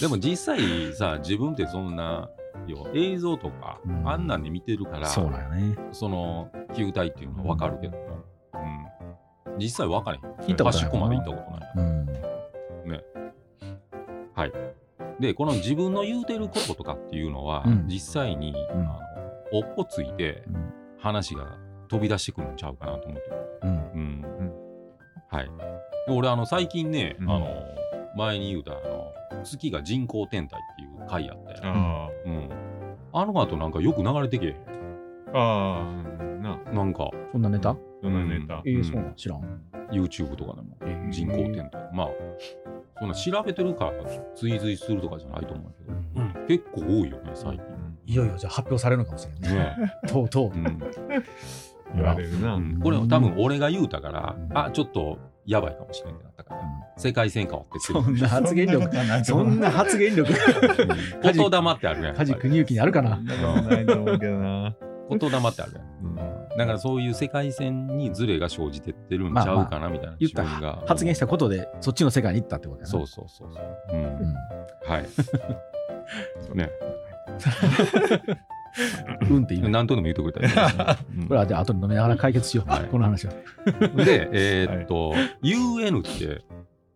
も実際さ自分ってそんなよ映像とか、
うん
あんなんで見てるから
そうなんよね
その球体っていうのは分かるけども、うん実際分かれへん
行ったことない
端っこまで行ったことない
うん
でこの自分の言うてることとかっていうのは、
うん
実際に、
ん
あのおっこついて
うん
話が飛び出してくるんちゃうかなと思ってる
うん
うん
ん
はいで俺あの最近ね、
うん
あの前に言うたあの月が人工天体っていう回あったよ、
あ
うん、あの後なんかよく流れてけえ
あ。ああ。うんな。
へんなんか
そんなネタ、
どんなネタ
う
え
ん
ー、そうなん知らん、
YouTube とかでも
えー
人工天体、まあそんな調べてるから追随するとかじゃないと思うけど、うん結構多いよね最近
いよいよじゃあ発表されるのかもしれんね
ね、
とうと
う、
う
ん
言われるな。
うんこれ多分俺が言うたから、あちょっとやばいかもしれんってなったから、世界線変わってく
そ
る
んな発言力そんな発言 力
言霊ってあるやんやっぱり
梶邦之にあるかな
ないと思うけどな。
言霊ってあるやんだからそういう世界線にズレが生じてってるんちゃうかなみたいな、
言った
自分が
発言したことでそっちの世界に行ったってことやな
そうそうそうそううん、
う
はいね
ん、うんって言う
何とでも言うてくれた らいいですね
これはじゃあ後に飲みながら解決しよう、
はい
この話は
で、えーっと、UN って、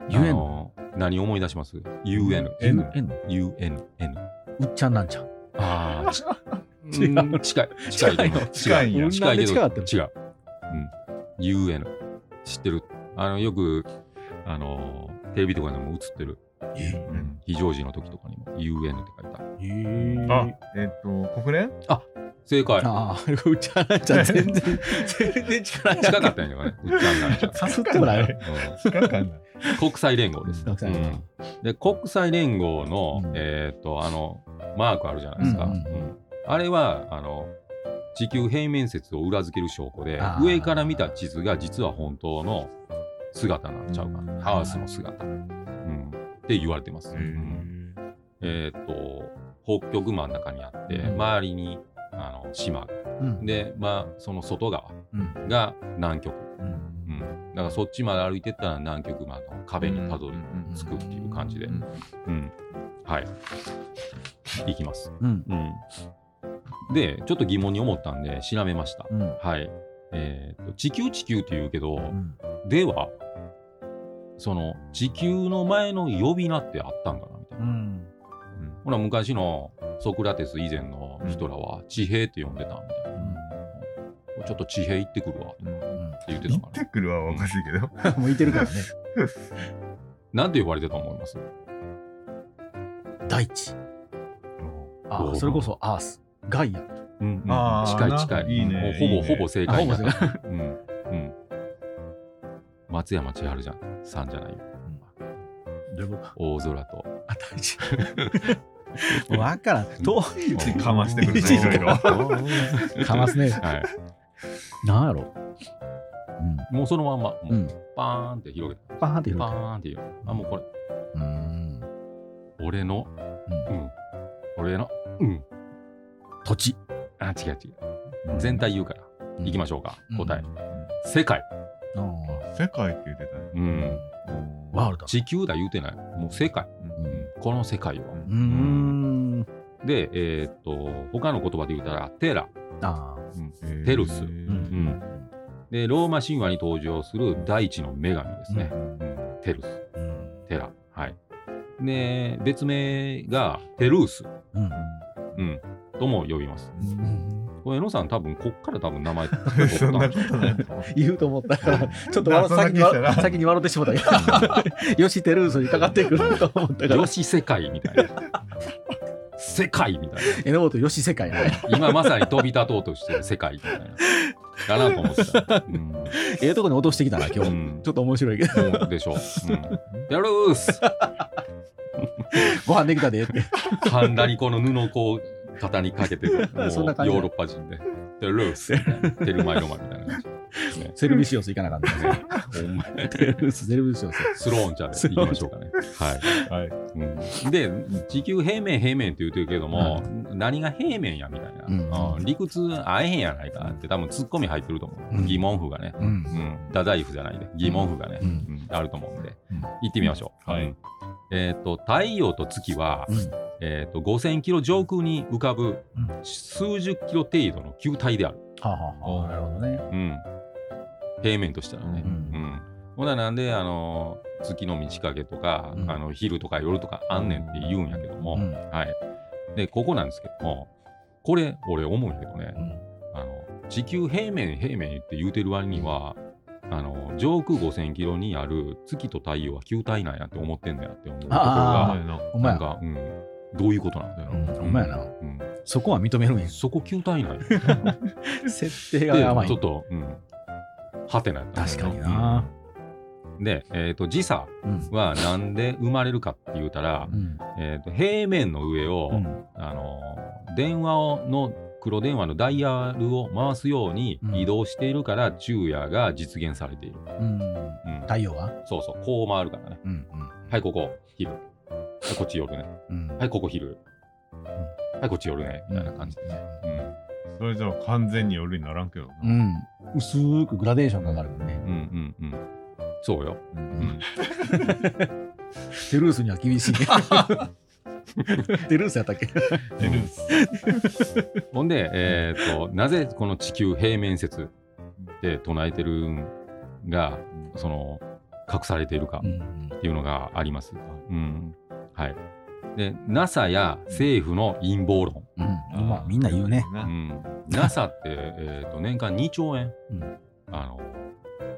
あ
UN
の何思い出します ?UN。
N
UN
UN。N。
うっちゃんなんちゃん
ああ、ち
違う
うん近い。近いけど。
近いんや
近いけど。
なんで
違う。うん。UN。知ってる。あの、よく、あの、テレビとかでも映ってる。うん非常時の時とかにも UN って書いた。
あ、えっと、国連
正解。
ああ、うっちゃんなんちゃん全然、全然力ない。
近かったんやけどね。うっちゃんなんちゃん
さすってもないよ。
う
近かんない。
ん国際連合です。
国際連合
うんで国際連合の、
うん
えーっとあのマークあるじゃないですか。
うんうん
うんあれはあの地球平面説を裏付ける証拠で
あー
上から見た地図が実は本当の姿なんちゃうかなハウスの姿、うん、って言われてます。うんえーっと北極真ん中にあって
うん
周りにあの島が
うん。
で、まあ、その外側
うん。
が南極、
うん
うん、だからそっちまで歩いてったら南極までの壁にたどり着くっていう感じで、
うん
うん、はい。いきます。
うん。
うん。で、ちょっと疑問に思ったんで、調べました。
うん。
はい。えーと、地球地球って言うけど
う、ん
では、その、地球の前の呼び名ってあったんかなみたいな。
うん。
ほら、昔のソクラテス以前の人らは、地平って呼んでたみたいな。ちょっと地平行ってくるわって言ってた
行っ
から
て。くるはおかしいけど。
うんもういてるから ね。
なんて呼ばれてたと思います
大地。ああ、それこそアース。ガイア。
うん、
あー
近い近い。
いいね
もう
い
ほぼ
いね
ほぼ正
あ、
解だ
ほぼで すね
うんうん。松山千春じゃん、さんじゃないよ。
どういうこと
大空と
あ、大地。 もうわからん。と、
かましてくる
いち
ね、
い
い
ち
ろいろ。
かますね。
は
なんやろ。
い、もうそのまんま、もう
うん。うん。
パーンって広げて、
パーンって
パ
広げて。
ーンって広げて、あ、もうこれ、
うーん。
俺の、
う
うんん、俺の、うん、
土地。
あ、違う違う。全体言うから、
うん
いきましょうか、答え。
うん
世界。
あー
世界って言ってたね。
うん。
ワールド。
地球だ言うてない。もう世界。
うん
この世界を。
うーん。
で、えーっと、他の言葉で言うたら、テラ。
あ
テルス
へー
う
うん。で、ローマ神話に登場する大地の女神ですね。うんテルス。
あ。うん。
テラ。はい。で、別名がテルース。
うん。
うん。とも呼びます。
うん
これ、江野さん、多分、こっから多分名 前取っ
そん
た
なんことない。
言うと思った から、ちょっと
な
笑
そんな
先
気
に
したら
笑先に笑ってしまった よ。よし、テルースにかかってくると思ったか
よ
ら、
し世界みたいな。世界みたいな。
榎本よし世界ね。
今まさに飛び立とうとしてる世界みたいな。だなと思ってた。うん。
ええとこに落としてきたな、今
う
日。
ん
ちょっと面白いけど、
そうでしょう。うん、やるーっす
ご飯できたでって。
ハンダにこの布をこう肩にかけて、もうヨ
そんな感じ
ーロッパ人で。やるーっすテルマイロマみたいな感じ。ね
セルビシオス行かなかった。
ねほんまや
テルース、セルビシオス。
スローンちゃんでいきましょうかね。はい
はい。
うんで地球平面平面って言うてるけども、何が平面やみたいな、
うん
うん理屈合えへんやないかって多分ツッコミ入ってると思う、
うん
疑問符がね、
うん
うん、太宰府じゃないで疑問符がね、
うん
うんあると思うんで、
うん
行ってみましょう、
はい
うんえっ、と太陽と月は、
うん
えー、と5000キロ上空に浮かぶ
うん
数十キロ程度の球体である、
はあはあはあ、なるほどね。
うん、平面としたらね、
うん
うん、ほななんであの月の満ち欠けとか、
うん
あの昼とか夜とかあんねんって言うんやけども、
うん
はい、でここなんですけどもこれ俺思うんやけどね、
うん
あの地球平面平面って言うてる割にはあの上空5000キロにある月と太陽は球体なんやって思ってんだよって思うところ
あ
が
あ
ーな
お
な
前
ん
や。
か、うん、どういうことなんだよ、
うんほんまやな。
うん
そこは認める んや。
そこ球体なんや
設定
で
が甘 い。
ちょっと、うん、はてなやったんだよ
確かにな。
で、えー、と時差
うん。
はなんで生まれるかって言うたら、
うん。
えー、と平面の上を、
うん
あのー電話をの黒電話のダイヤルを回すように
うん
移動しているから昼夜が実現されている、
うん。
うん
太陽は
そうそうこう回るからね
うん。
はいここ昼はいこっち夜ね
うん。うん
はいここ昼、はいこっち夜ねみたいな感じでね、
それじゃあ完全に夜にならんけどな。
うん。薄くグラデーションがかかるよね。
うん、うんうんうんそうよ、
う
うん ん、
テルースには厳しいね。テルースやったっけ
テルス。
ほんで、えー、となぜこの地球平面説で唱えてるんがその隠されているか
うん。
っていうのがあります。うんはい、で NASA や政府の陰謀論、
うん。まあ、みんな言うね。
うん NASA って、えー、と年間2兆円、
うん
あの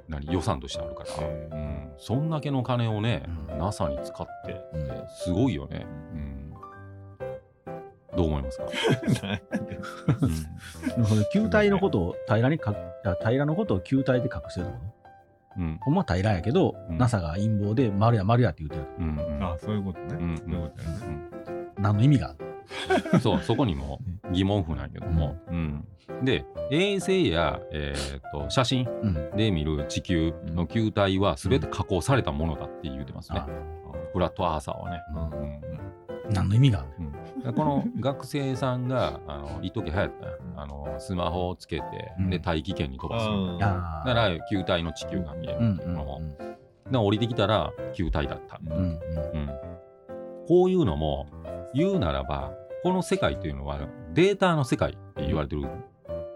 何予算としてあるか
へ
ら、うん、そんだけの金をね、
うん
NASA に使ってって
うん
すごいよね。うんどう思い ますか、う ん
でもその球体のことを平らにかあ平らのことを球体で隠してるってこと
うん
ほんまは平らやけど、
うん
NASA が陰謀で丸や丸やって言って
う
る。
んうん
あ、そういうこと
う
ね。
ん
そういうことやね。
何の意味がある
うんそうそこにも疑問符なんやけども、うんで衛星や、えー、と写真
うん。
で見る地球の球体は全て加工されたものだって言うてますね
あ。
フラットアーサーはね。
うん
何の意味がある
うんこ の学生さんがあの一時流行ったやんあのスマホをつけて
うん
で大気圏に飛ばす。
あ
あー
だから球体の地球が見える。
うんう
だ
ん
から降りてきたら球体だった。
うんうんう
う
ん
んこういうのも言うならばこの世界というのはデータの世界って言われてる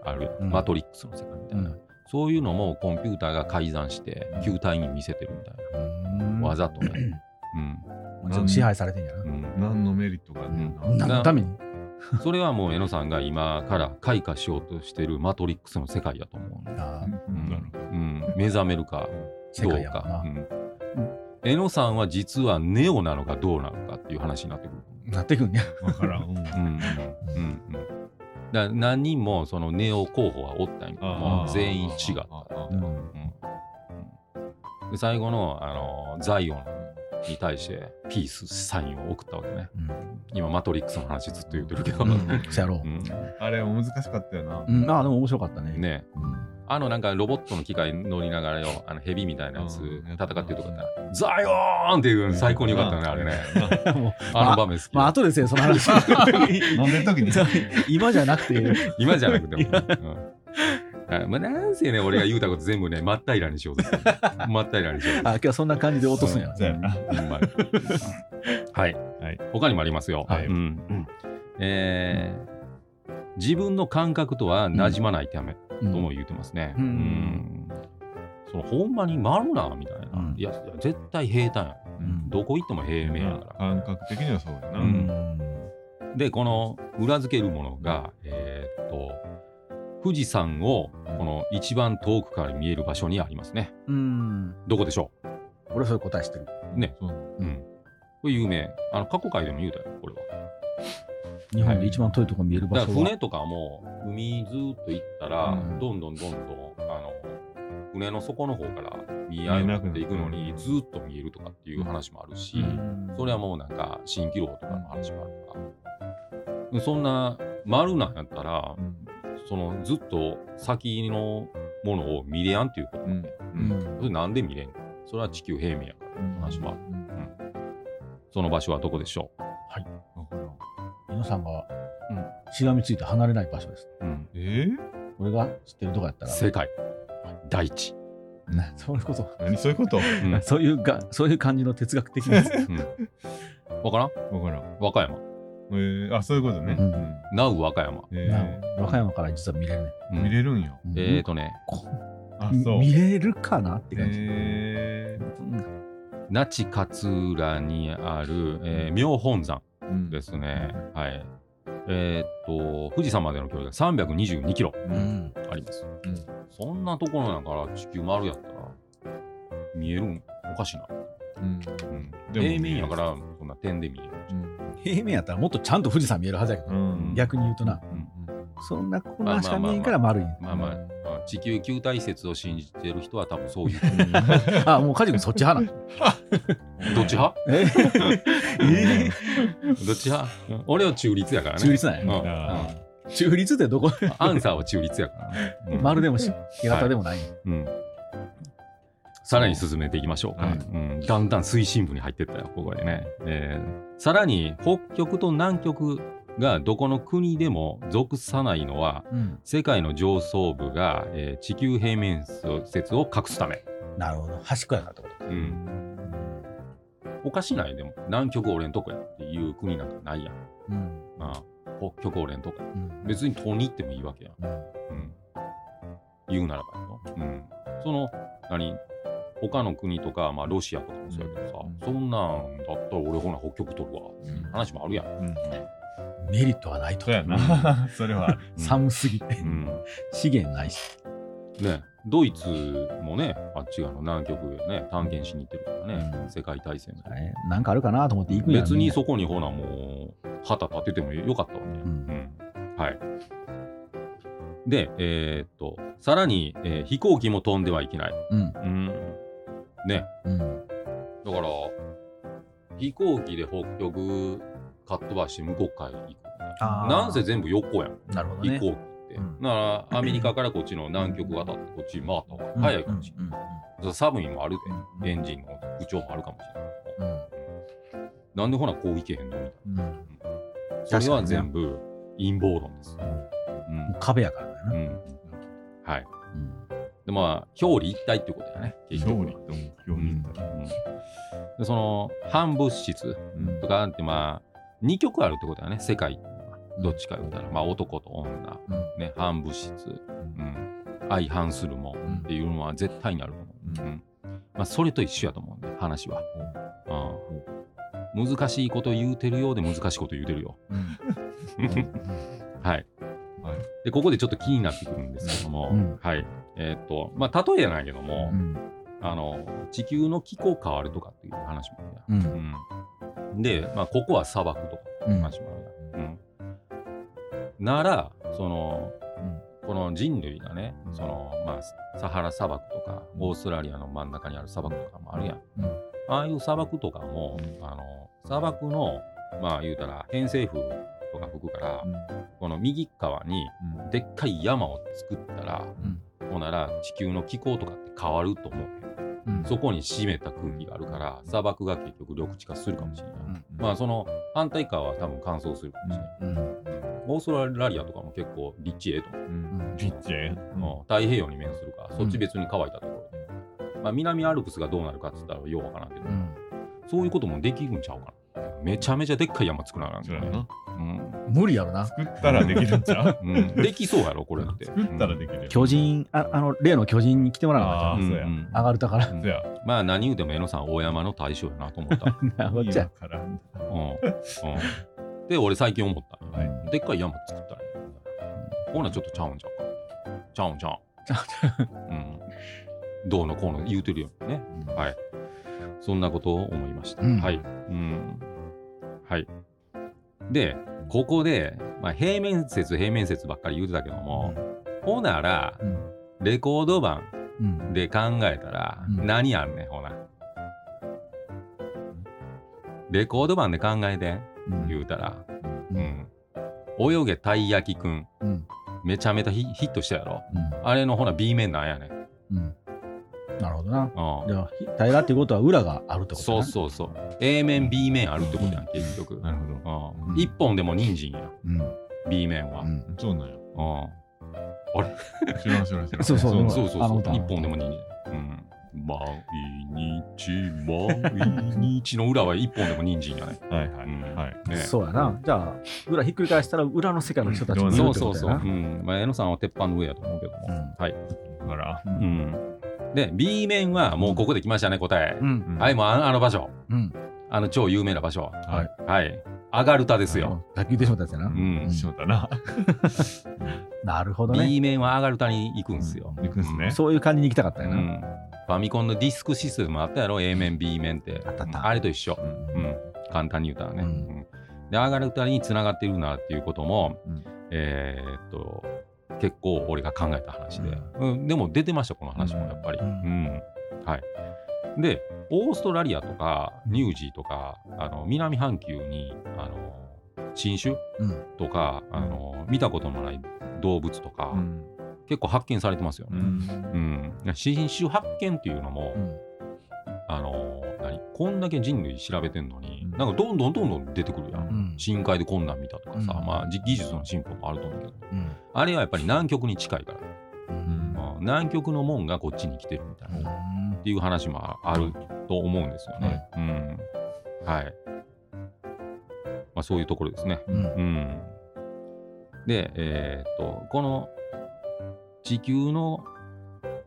ある、
うん
マトリックスの世界みたいな、
うん
そういうのもコンピューターが改ざんして球体に見せてるみたいな、
うん
わざとね。
もちろん支配されてんじゃ
うんうん
何のメリットがね
な。何のために
それはもう江野さんが今から開花しようとしてるマトリックスの世界だと思う、
あー
うん
なる
うん目覚めるか
世
どう
界やもん
か
な。
うん江野さんは実はネオなのかどうなのかっていう話になってくる。
なってくんね。
ほど。わからん。うん
うんうんうんうんだから何人もそのネオ候補はおったんやけども
あー
全員違った、
あーあーあー
うんで最後の、あのザイオンに対してピースサインを送ったわけね
うん
今マトリックスの話ずっと言ってるけど、
うんそやろ
うん
あれ難しかったよな
う。うん、ああ、でも面白かったね。
ね
うん
あのなんかロボットの機械乗りながらよあのヘビみたいなやつ
うん
戦ってるとかだったらザヨーンっていうの最高に良かったねあれね
もう
あの場面好き、
まあ、後ですよ、その 話。
飲んでる時に。
今じゃなくて、
今じゃなくても、うんあまあ、なんせね俺が言うたこと全 部ね真っ平らにしようとする真っ平らにしようとする
あ今日はそんな感じで落とすんや。
そうやな。
うまいはい、
はい
他にもありますよ。
はい
うんうんえー自分の感覚とは馴染まないため
う
と
ん
も言ってますね。
うん
うんそのほんまに回るなみたいな、
うん
いやいや絶対平坦や
うん
どこ行っても平面やから、
感覚的にはそうやな。
う
うんん
でこの裏付けるものが、えーっと富士山をこの一番遠くから見える場所にありますね
うん。
どこでしょ
俺はそういう答えしてる。
う、うん、これ有名あの過去回でも言うたよこれは
日本で一番遠いところ見える場
だから
所は。
船とかも海ずーっと行ったら、
うん
どんどんどんどんあの船の底の方から見合うっていくの
見え
に
なくなる
ずーっと見えるとかっていう話もあるし、
うん
それはもうなんか蜃気楼とかの話もあるから、そんな丸なんやったら
うん
そのずっと先のものを見れやんっていうこと、
うん
うん
それなんで見れんのそれは地球平面やから話もある
うん
その場所はどこでしょ
わからん
皆さんが
うん
しがみついて離れない場所です。
う、うん、
えー
俺が知ってるとこやった ら。
世界大地、
なそういうこと。
何そういうことわ
うん
そういうが、そういう感じの哲学的 なやつ。
うん、わからん
からん。
和歌山
えーあ、そういうことね。
うん
ナウ和歌山。
うん
な
え
和歌山から実は見れるね。
う
ー
ん
見れるんや。
うん
えーとね、
こ
あ、そう。
見れるかなって感じ。
え
うん
那智勝浦にある、えー妙本山
ー
ですね。はい。えーっと、富士山までの距離が322キロ
うん
あります。
うん
そんなところだから地球丸やったら見えるんおかしいな。
うん
うん、
でも
平面やから、そんな点で見える。
平面やったらもっとちゃんと富士山見えるはずやけど、
うん
逆に言うとな、
うん
そんなこんなしか見えんから丸い。
まあまあ、まあ地球球体説を信じてる人は多分そういう。
あ、もうカジ君そっち 派なの。
どっち派
ええ
どっち派俺は中立やからね。
中立なんや。
うん
あー
中立ってどこ
うんアンサーは中立やからね。うん
丸でもし、手形でもない。
うん、さらに進めていきましょうか、
はい
うん、だんだん推進部に入ってったよここでね、えーさらに北極と南極がどこの国でも属さないのは
うん、
世界の上層部が、えー地球平面説を隠すため、
なるほど。端っこやなってことか。
うん、おかしないでも南極俺んとこやっていう国なんかないやん、
うん。
ああ北極俺んとこや
うん。
別に東に行ってもいいわけやん
うん
うん、言うならばよ、うん、その何他の国とか、まあ、ロシアとかもそうやけどさ、
うん
そんなんだったら俺ほな北極取るわ
うん
話もあるやん、
うん
メリットはないと
そう。やな。それはある。
寒すぎて
う、ん
資源ないし。
ねドイツもねあっち側の南極ね探検しに行ってるからね、
うん
世界大戦で、
ねなんかあるかなと思って行くんや
別に
みんな
そこにほなもう旗立ててもよかったわけやん
うん
うんはい。で、えーっと、さらに、えー飛行機も飛んではいけない。
うん。
うん。ね、
うん。
だから、飛行機で北極かっ飛ばして向こう海行く。
あー
なんせ全部横やん、
なるほど
飛
ね。
行機って。
うん
だから、アメリカからこっちの南極渡ってこっち回った方が早いかもしれ
うん。
ない。寒いもある
うん
で、エンジンの不調もあるかもしれない。
うんうん
なんでほなこう行けへんのみたい
うんうん
な。それは全部陰謀論です。うん
もう壁やからだよ
う
な。
ん。はい。
うん
で、まあ、表裏一体っていうことだよね。結
勝
局
利と目標に行ったら。
うんでその反物質
うん
とかってまあ2曲あるってことだよね世界どっちか言ったらまあ男と女
うん
ね反物質、うん、相反するもんっていうのは絶対にあると思う、
うん
うんまあ、それと一緒やと思うんだよ話は、うん難しいこと言うてるようで難しいこと言うてるよ
うん。
はい、
はい
でここでちょっと気になってくるんですけども、
うん
はいえーっとまあ例えやないけども、
うん。
あの地球の気候変わるとかっていう話もあるやん
うん。
うん、で、まあ、ここは砂漠とか
うん
話もあるやん、うん、ならその、この人類がねその、まあ、サハラ砂漠とかオーストラリアの真ん中にある砂漠とかもあるやん、
うん
ああいう砂漠とかも、あの砂漠のまあ言うたら偏西風とか吹くから、この右側にでっかい山を作ったら、ほんなら地球の気候とかって変わると思うねん
うん
そこに湿った空気があるから砂漠が結局緑地化するかもしれない、まあその反対側は多分乾燥するかもしれない、
うん
オーストラリアとかも結構立地ええと思う
うん
ピッチェ
うん太平洋に面するからそっち別に乾いたところで、まあ、南アルプスがどうなるかって言ったらようわからんけど、
うん
そういうこともできるんちゃうかなめちゃめちゃでっかい山作らなあかん
そう
か
や
らね
な。
無理やろな。
作ったらできるんちゃう
うんうん、できそうやろこれって
作ったらできるよ。
巨人、ああの、例の巨人に来てもら
あ
わ
う
なあかん
ん
そうや
ん
じゃん上がるたから。
そうや。
まあ何言うても江野さん大山の大将やなと思った、
なこっち
今
ゃ。
から。
うんうん、で俺最近思った、
はい
でっかい山作ったらいいんだほなちょっとちゃうんちゃうかちゃうんちゃうん、うん、どうのこうの言うてるよねはい。そんなことを思いました。
うん
はい。うん。はい。で、ここで、まあ、平面説、平面説ばっかり言うてたけども、ほなら、
うん
レコード版
うん
で考えたら、
うん
何やんねん、ほな。レコード版で考えて、
うん
言うたら、
う
うんん。泳げたい焼きくん、
うん
めちゃめちゃヒヒットしたやろ。
うん
あれのほな、B 面なんやねん。
うんなるほどな。
うん
じゃあ、ひ平らってことは裏があるってこと
そうそうそう。A 面、B 面あるってことやん、結局。
なるほど。
う
うん
ん、1本でも人参や
う。うん
B 面は、
う
うん
ん。
そうなんや。知らん知らん知らん。
そうそう
なん
ん
や
そうそうそう
あの歌
1本でも人参、うん、毎日毎日の裏は1本でも人参やね、
はいは
う
い
ん
はい。
ね
そうやな。じゃあ、裏ひっくり返したら裏の世界の人たちもいるって
そ
こ
う
とやな。
そうそう、うんまあ、江野さんは鉄板の上やと思うけども、
うん
はい、
だから。
うん、で B 面はもうここで来ましたね答え、
うん。
うん
はいもうあのあの場所
うん。
あの超有名な場所
はい。
はいアガルタですよ、
さっき言ってしまったやつやな。
うん
そうだな。
なるほどね。
B 面はアガルタに行くんですよ、
行くんすね。
そういう感じに行きたかったよ
う
な。
んファミコンのディスクシステムあったやろ A 面 B 面って
あったあった
れと一緒、
うん
うん、簡単に言うたらね、
うん
うんで上がる2人につながってるなっていうことも、
うん
えーっと結構俺が考えた話で、うん、でも出てましたこの話もやっぱり、
う
うんんはいでオーストラリアとかニュージーとかあの南半球にあの新種
うん
とか、あの見たこともない動物とか、
うん
結構発見されてますよ
う
ね、
ん
うん、新種発見っていうのも、
うん
あのー何こんだけ人類調べてんのに、
うん
なんかどんどんどんどん出てくるやん、
うん
深海でこんなん見たとかさ、
うん
まあ、じ技術の進歩もあると思うけど
うん
あれはやっぱり南極に近いから、
うん
うん南極のもんがこっちに来てるみたいな、っ
うん
ていう話もああると思うんですよね。うんはいまあ、そういうところですね。
うん
うん、で、えーっとこの地球の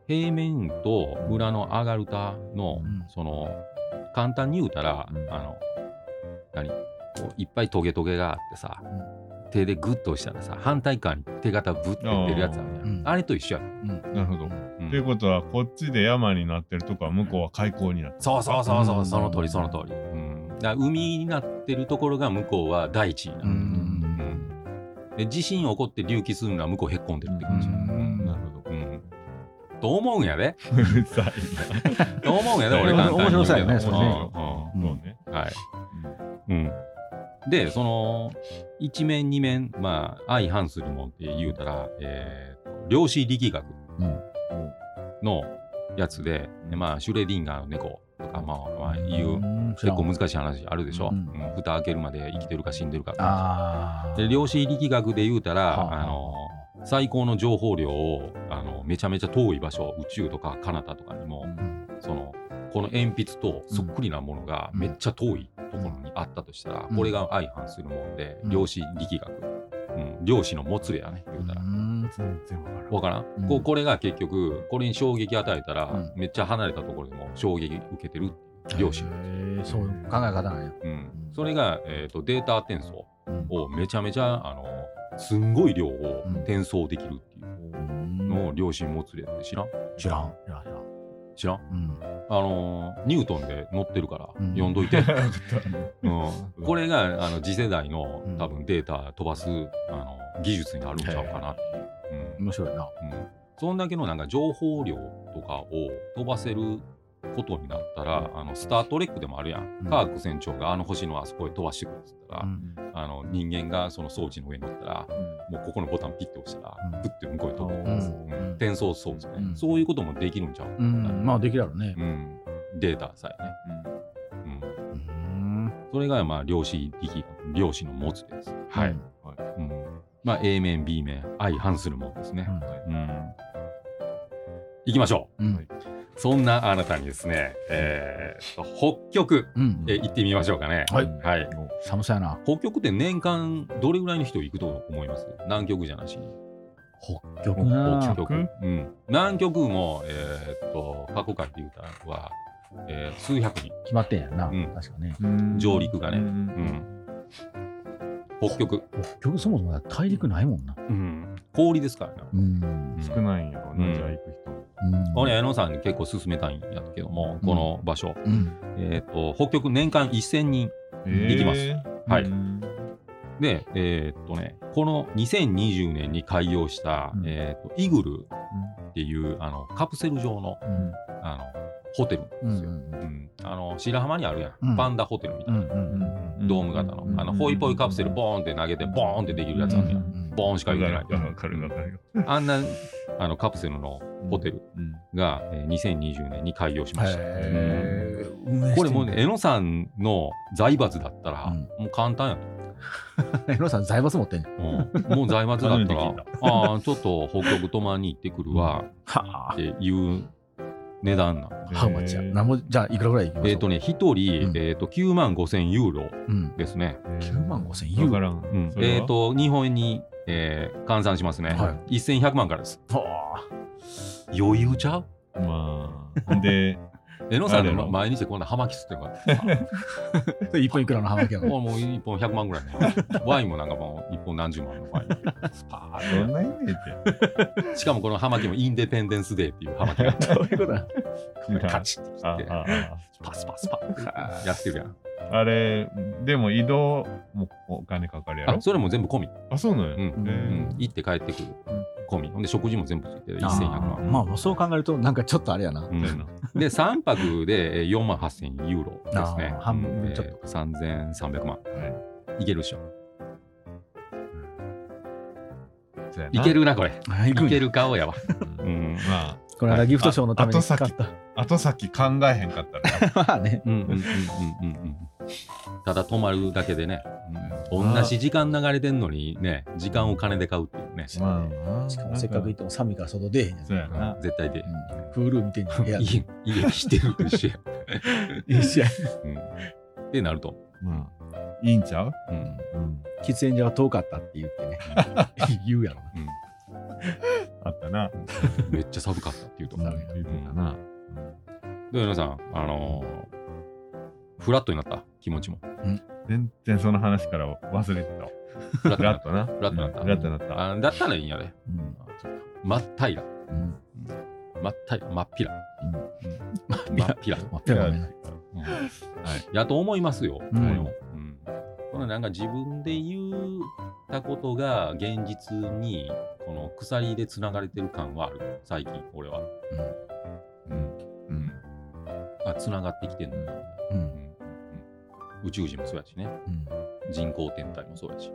平面と裏の上がるたの、
うん
その簡単に言うたら、
うん
あの何こういっぱいトゲトゲがあってさ、手でグッと押したらさ反対側に手形ぶって出るやつあるやん
あーうん
あれと一緒やん、
うん
なるほど。
うん
ということは、こっちで山になってるとこは、向こうは開口になって
そうそうそうそううんその通りその通り、うん、だから海になってるところが向こうは大地になる、うんで地震起こって隆起するのは向こうへっこんでるって感じ、
うん
る。なるほど。
うんと思うんやで。
うるさいな。
と思うん やで、俺
面
簡単に言うけど。
白
面白そうやねそれね
う
そ
ん
うね。
んうんはい。うん。で、その、一面二面、まあ、相反するもんって言うたら、えーと量子力学
うん
のやつで、でまあ、シュレディンガーの猫とか、まあ、まあ、いう、結構難しい話あるでしょ。う
う
んん蓋開けるまで生きてるか死んでるかって話。
ああ。
で、量子力学で言うたら、
はあ
あの、最高の情報量をあのめちゃめちゃ遠い場所宇宙とか彼方とかにも
うん
そのこの鉛筆とそっくりなものが
うん
めっちゃ遠いところにあったとしたら、
うん
これが相反するもんで、
うん
量子力学、うん、量子のもつれやね言うたら。
うん
全然わから
わからん、
うん
こうこれが結局これに衝撃与えたら、
うん
めっちゃ離れたところでも衝撃受けてる量子
へ、ーそういう考え方なんや。
うん、それが、えー、とデータ転送
うん
をめちゃめちゃあのすんごい量を転送できるっていうのを量子もつれって知らん
知らん。知らん知らん。
知らん
うん
あのーニュートンで乗ってるから、
うん
読んどい て、
ん。
うん、これがあの次世代の
うん
多分データ飛ばすあの技術になるんちゃうかな、うん
面白いな。
うん、そんだけのなんか情報量とかを飛ばせることになったら、あのスター・トレックでもあるやん、
うん
カーク船長があの星のあそこへ飛ばしてくるっつったら、
うん
あの人間がその装置の上に乗ったら、もうここのボタンピッて押したら、
うん
プッて向こうへ飛ぶ
うん
うん転送装置ね、
うん
そういうこともできるんちゃう、
うんまあできるやろね
う。んデータさえね、うん、
うん
それがまあ量子力学量子の持つです、
はい。
うん、まあ A 面 B 面相反するものですね、うん、いきましょ
うん
はいう
そんなあなたにですね、えーっと北極
うん
えー行ってみましょうかね
はい
はい、
寒さやな。
北極って年間どれぐらいの人行くと思います南極じゃなしに
北極な。
北
極
極、うん、南極も、えーっと過去回っていうかは、えー数百人、
決まってんやんな、
うん
確かね
上陸がねう
ね。
ん、北極、
北極そもそも大陸ないもんな
うん、氷ですからね、
うん
うん
少ないんやろ
う
な、
ん
じゃあ行く人も。
俺、江野さんに結構勧めたいんやけども、
うん
この場所、
うん
えーっと北極年間1000人行きます
えー
はい
うん
で、えーっとね、この2020年に開業した、
うん
えーっとイグルっていうあのカプセル状の
うん
あのホテル
う
なん
ん
ですよ。うんあの白浜にあるやん、
うん
パンダホテルみた
う
いな、
んうん
ドーム型の,、
うん
あのホイポイカプセルボーンって投げてボーンってできるやつあるやん、ボーンしか言うてないけど
わかるわかる。
あんなあのカプセルのホテルが、えー2020年に開業しました、
へー運営してんね
これもうね江野さんの財閥だったら、
うん
もう簡単やと、
江野さん財閥持ってんね
うんもう財閥だった
初
ら
めて
ああちょっと北極泊まりに行ってくるわ
は
っていう値段なの
あハウマチやなんぼじゃあいくらぐらいいきましょう
えっ、とね1人、
うん
えー、と9万5千ユーロ
うん
ですね
9万5000ユ
ユ
ー
ー
ロ
ロ。
うんえっ、と、日本円に、えー換算しますね。
は
1100万からです。余裕ちゃう
まあ、で、
江野さんで
あれやろ
毎日こんな葉巻吸ってるから。
それ1本いくらのハマキや
も
ろ
うもう1本100万ぐらいね。ワインもなんかもう1本何十万のワイ
あどんなイ メージ
ン。しかもこの葉巻もインデペンデンスデーっていう葉巻が
どう いうことだ
カチッて
あ
切って、
あ
パスパスパってやってるやん。
ああれ、でも移動もお金かかるやろ
あ、それも全部込み。
あ、そうなん
う
や。
うん
ん。う
え
ん、行って帰ってくる
うん。
込み。ほんで食事も全部ついてる。
あ
1100
ー
万。
まあまあそう考えるとなんかちょっとあれやな
う
ー
ん
そうやな
で、3泊で4万8000ユーロですね
あー。半分
うんえー
ちょっと
3300万。いけるっしょ。
そうやない
けるな、これ。
あい
いける顔やわ。
う
うんん。
まあ、
これはギフトショーのために使っ
あ後
た
後先考えへん かったら
まあね
うんうんうんうんうんうん。ただ止まるだけでね、うん同じ時間流れてんのにね、時間を金で買うっていうね。
まあ
しかもせっかく行っても寒いから外出えへんやん
そうやな
絶対で。
うんプール見てんの部屋で
家、家にしてると一緒や。
いい試合
うんってなると。
まあいいんちゃう、
うん
うん、
喫煙所が遠かったって言ってね 言うやろな
うん
あったな
めっちゃ寒かったっていうと。
なる
言うてたな、
で、皆さん、あのー、フラットになった気持ちも。
全然その話から忘れてたわ
フラッ
フ
トにな
ラ
っ
ットな
ラットなった
うんラットなった
た。 あだったらいいんやで。
うん
真っ平ら。
うん
真っ平ら。真っ平ら。
真
真
っ
っ平ら。
真っ平らね
はい、やと思いますよ。
うん
あのうんこのなんか自分で言ったことが現実にこの鎖でつながれてる感はある最近俺は、うん
うん
あつながってきてるんだ、
うん
うん宇宙人もそうやしね
うん
人工天体もそうやし、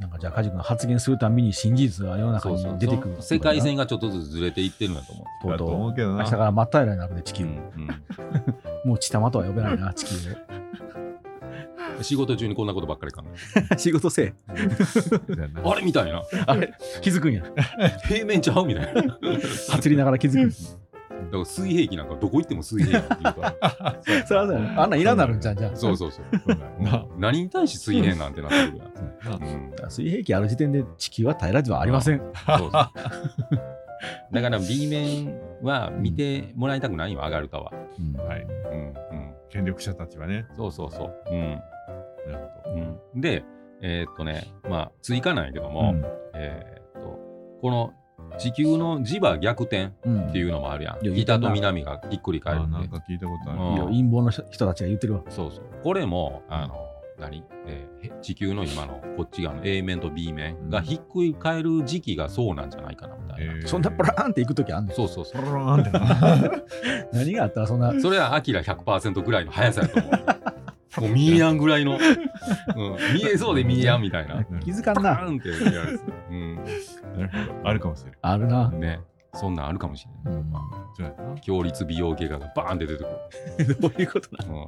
なんかじゃあ梶君が発言するたびに真実が世の中
そうそう
に出てくる
その世界線がちょっとずつずれていってるんだと思
とう
だと
と
思
う
うけど
明
な
日から真っ平らになるね地
う、
球
うん
もう地玉とは呼べないな地球
うん仕事中にこんなことばっかり考えて
を 仕事せ
そうやな
あれみたいな
えあれ気づくんや
平面ちゃうみたいなだか
走りながら気づくん
ら水平器なんかどこ行っても水平器っていう から
それはそうやねあんなんいらんなるんじゃんじゃあ
そうそうそう。
そうだよな
何に対して水平なんてなってくるやん。うん
水平器ある時点で地球は平らではありません
そうそうだから B 面は見てもらいたくないよ、上がるかは。
うん
はい
うんうん、
権力者たちはね
そうそうそう。うん
なるほ
うん、で、えーっとね、まあ、追加ないけど
う
も、
ん
えーっと、この地球の磁場逆転っ
うん
ていうのもあるやん。
いや
北と南がひっくり
ど
返る
あ
ん
な
で
ん。か聞いたことある
うん
いや陰謀の人たちが言ってるわ
そうそう。これも、あの、何、えーへ地球の今のこっち側の A 面と B 面がひっくり返る時期がそうなんじゃないかなみたいな。
そんなポラーンって行くときあんの
そうそうそ
ポ
う。
ロローンってな
何があったらそんな。
それはアキラ100%ぐらいの速さやと思う。 もう見えやんぐらいの、うん、見えそうで見えやんみたいな。
気づかん
パ
な。
ーンってやるやつ、
なるほど あるかもしれない。
あるな
うん。。ね。そんなんあるかもしれな
うん
そうや
い。強烈美容外科がバーンって出てくる。
どういうことな
うん
の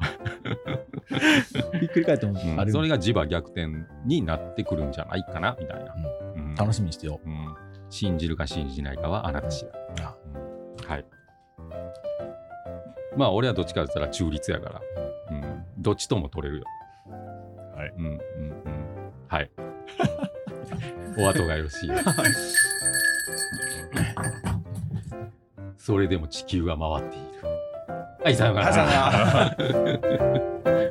ひっくり返っても
うん
あれ
それが磁場逆転になってくるんじゃないかなみたいな、うん
楽しみにしてよ。
うん信じるか信じないかはあなた次第
あ、
うんはいまあ俺はどっちかって言ったら中立やから、うん、どっちとも取れるよ
はい
うんうんうんはい お後がよろしい よそれでも地球は回っているはいさようなら
なら。
な。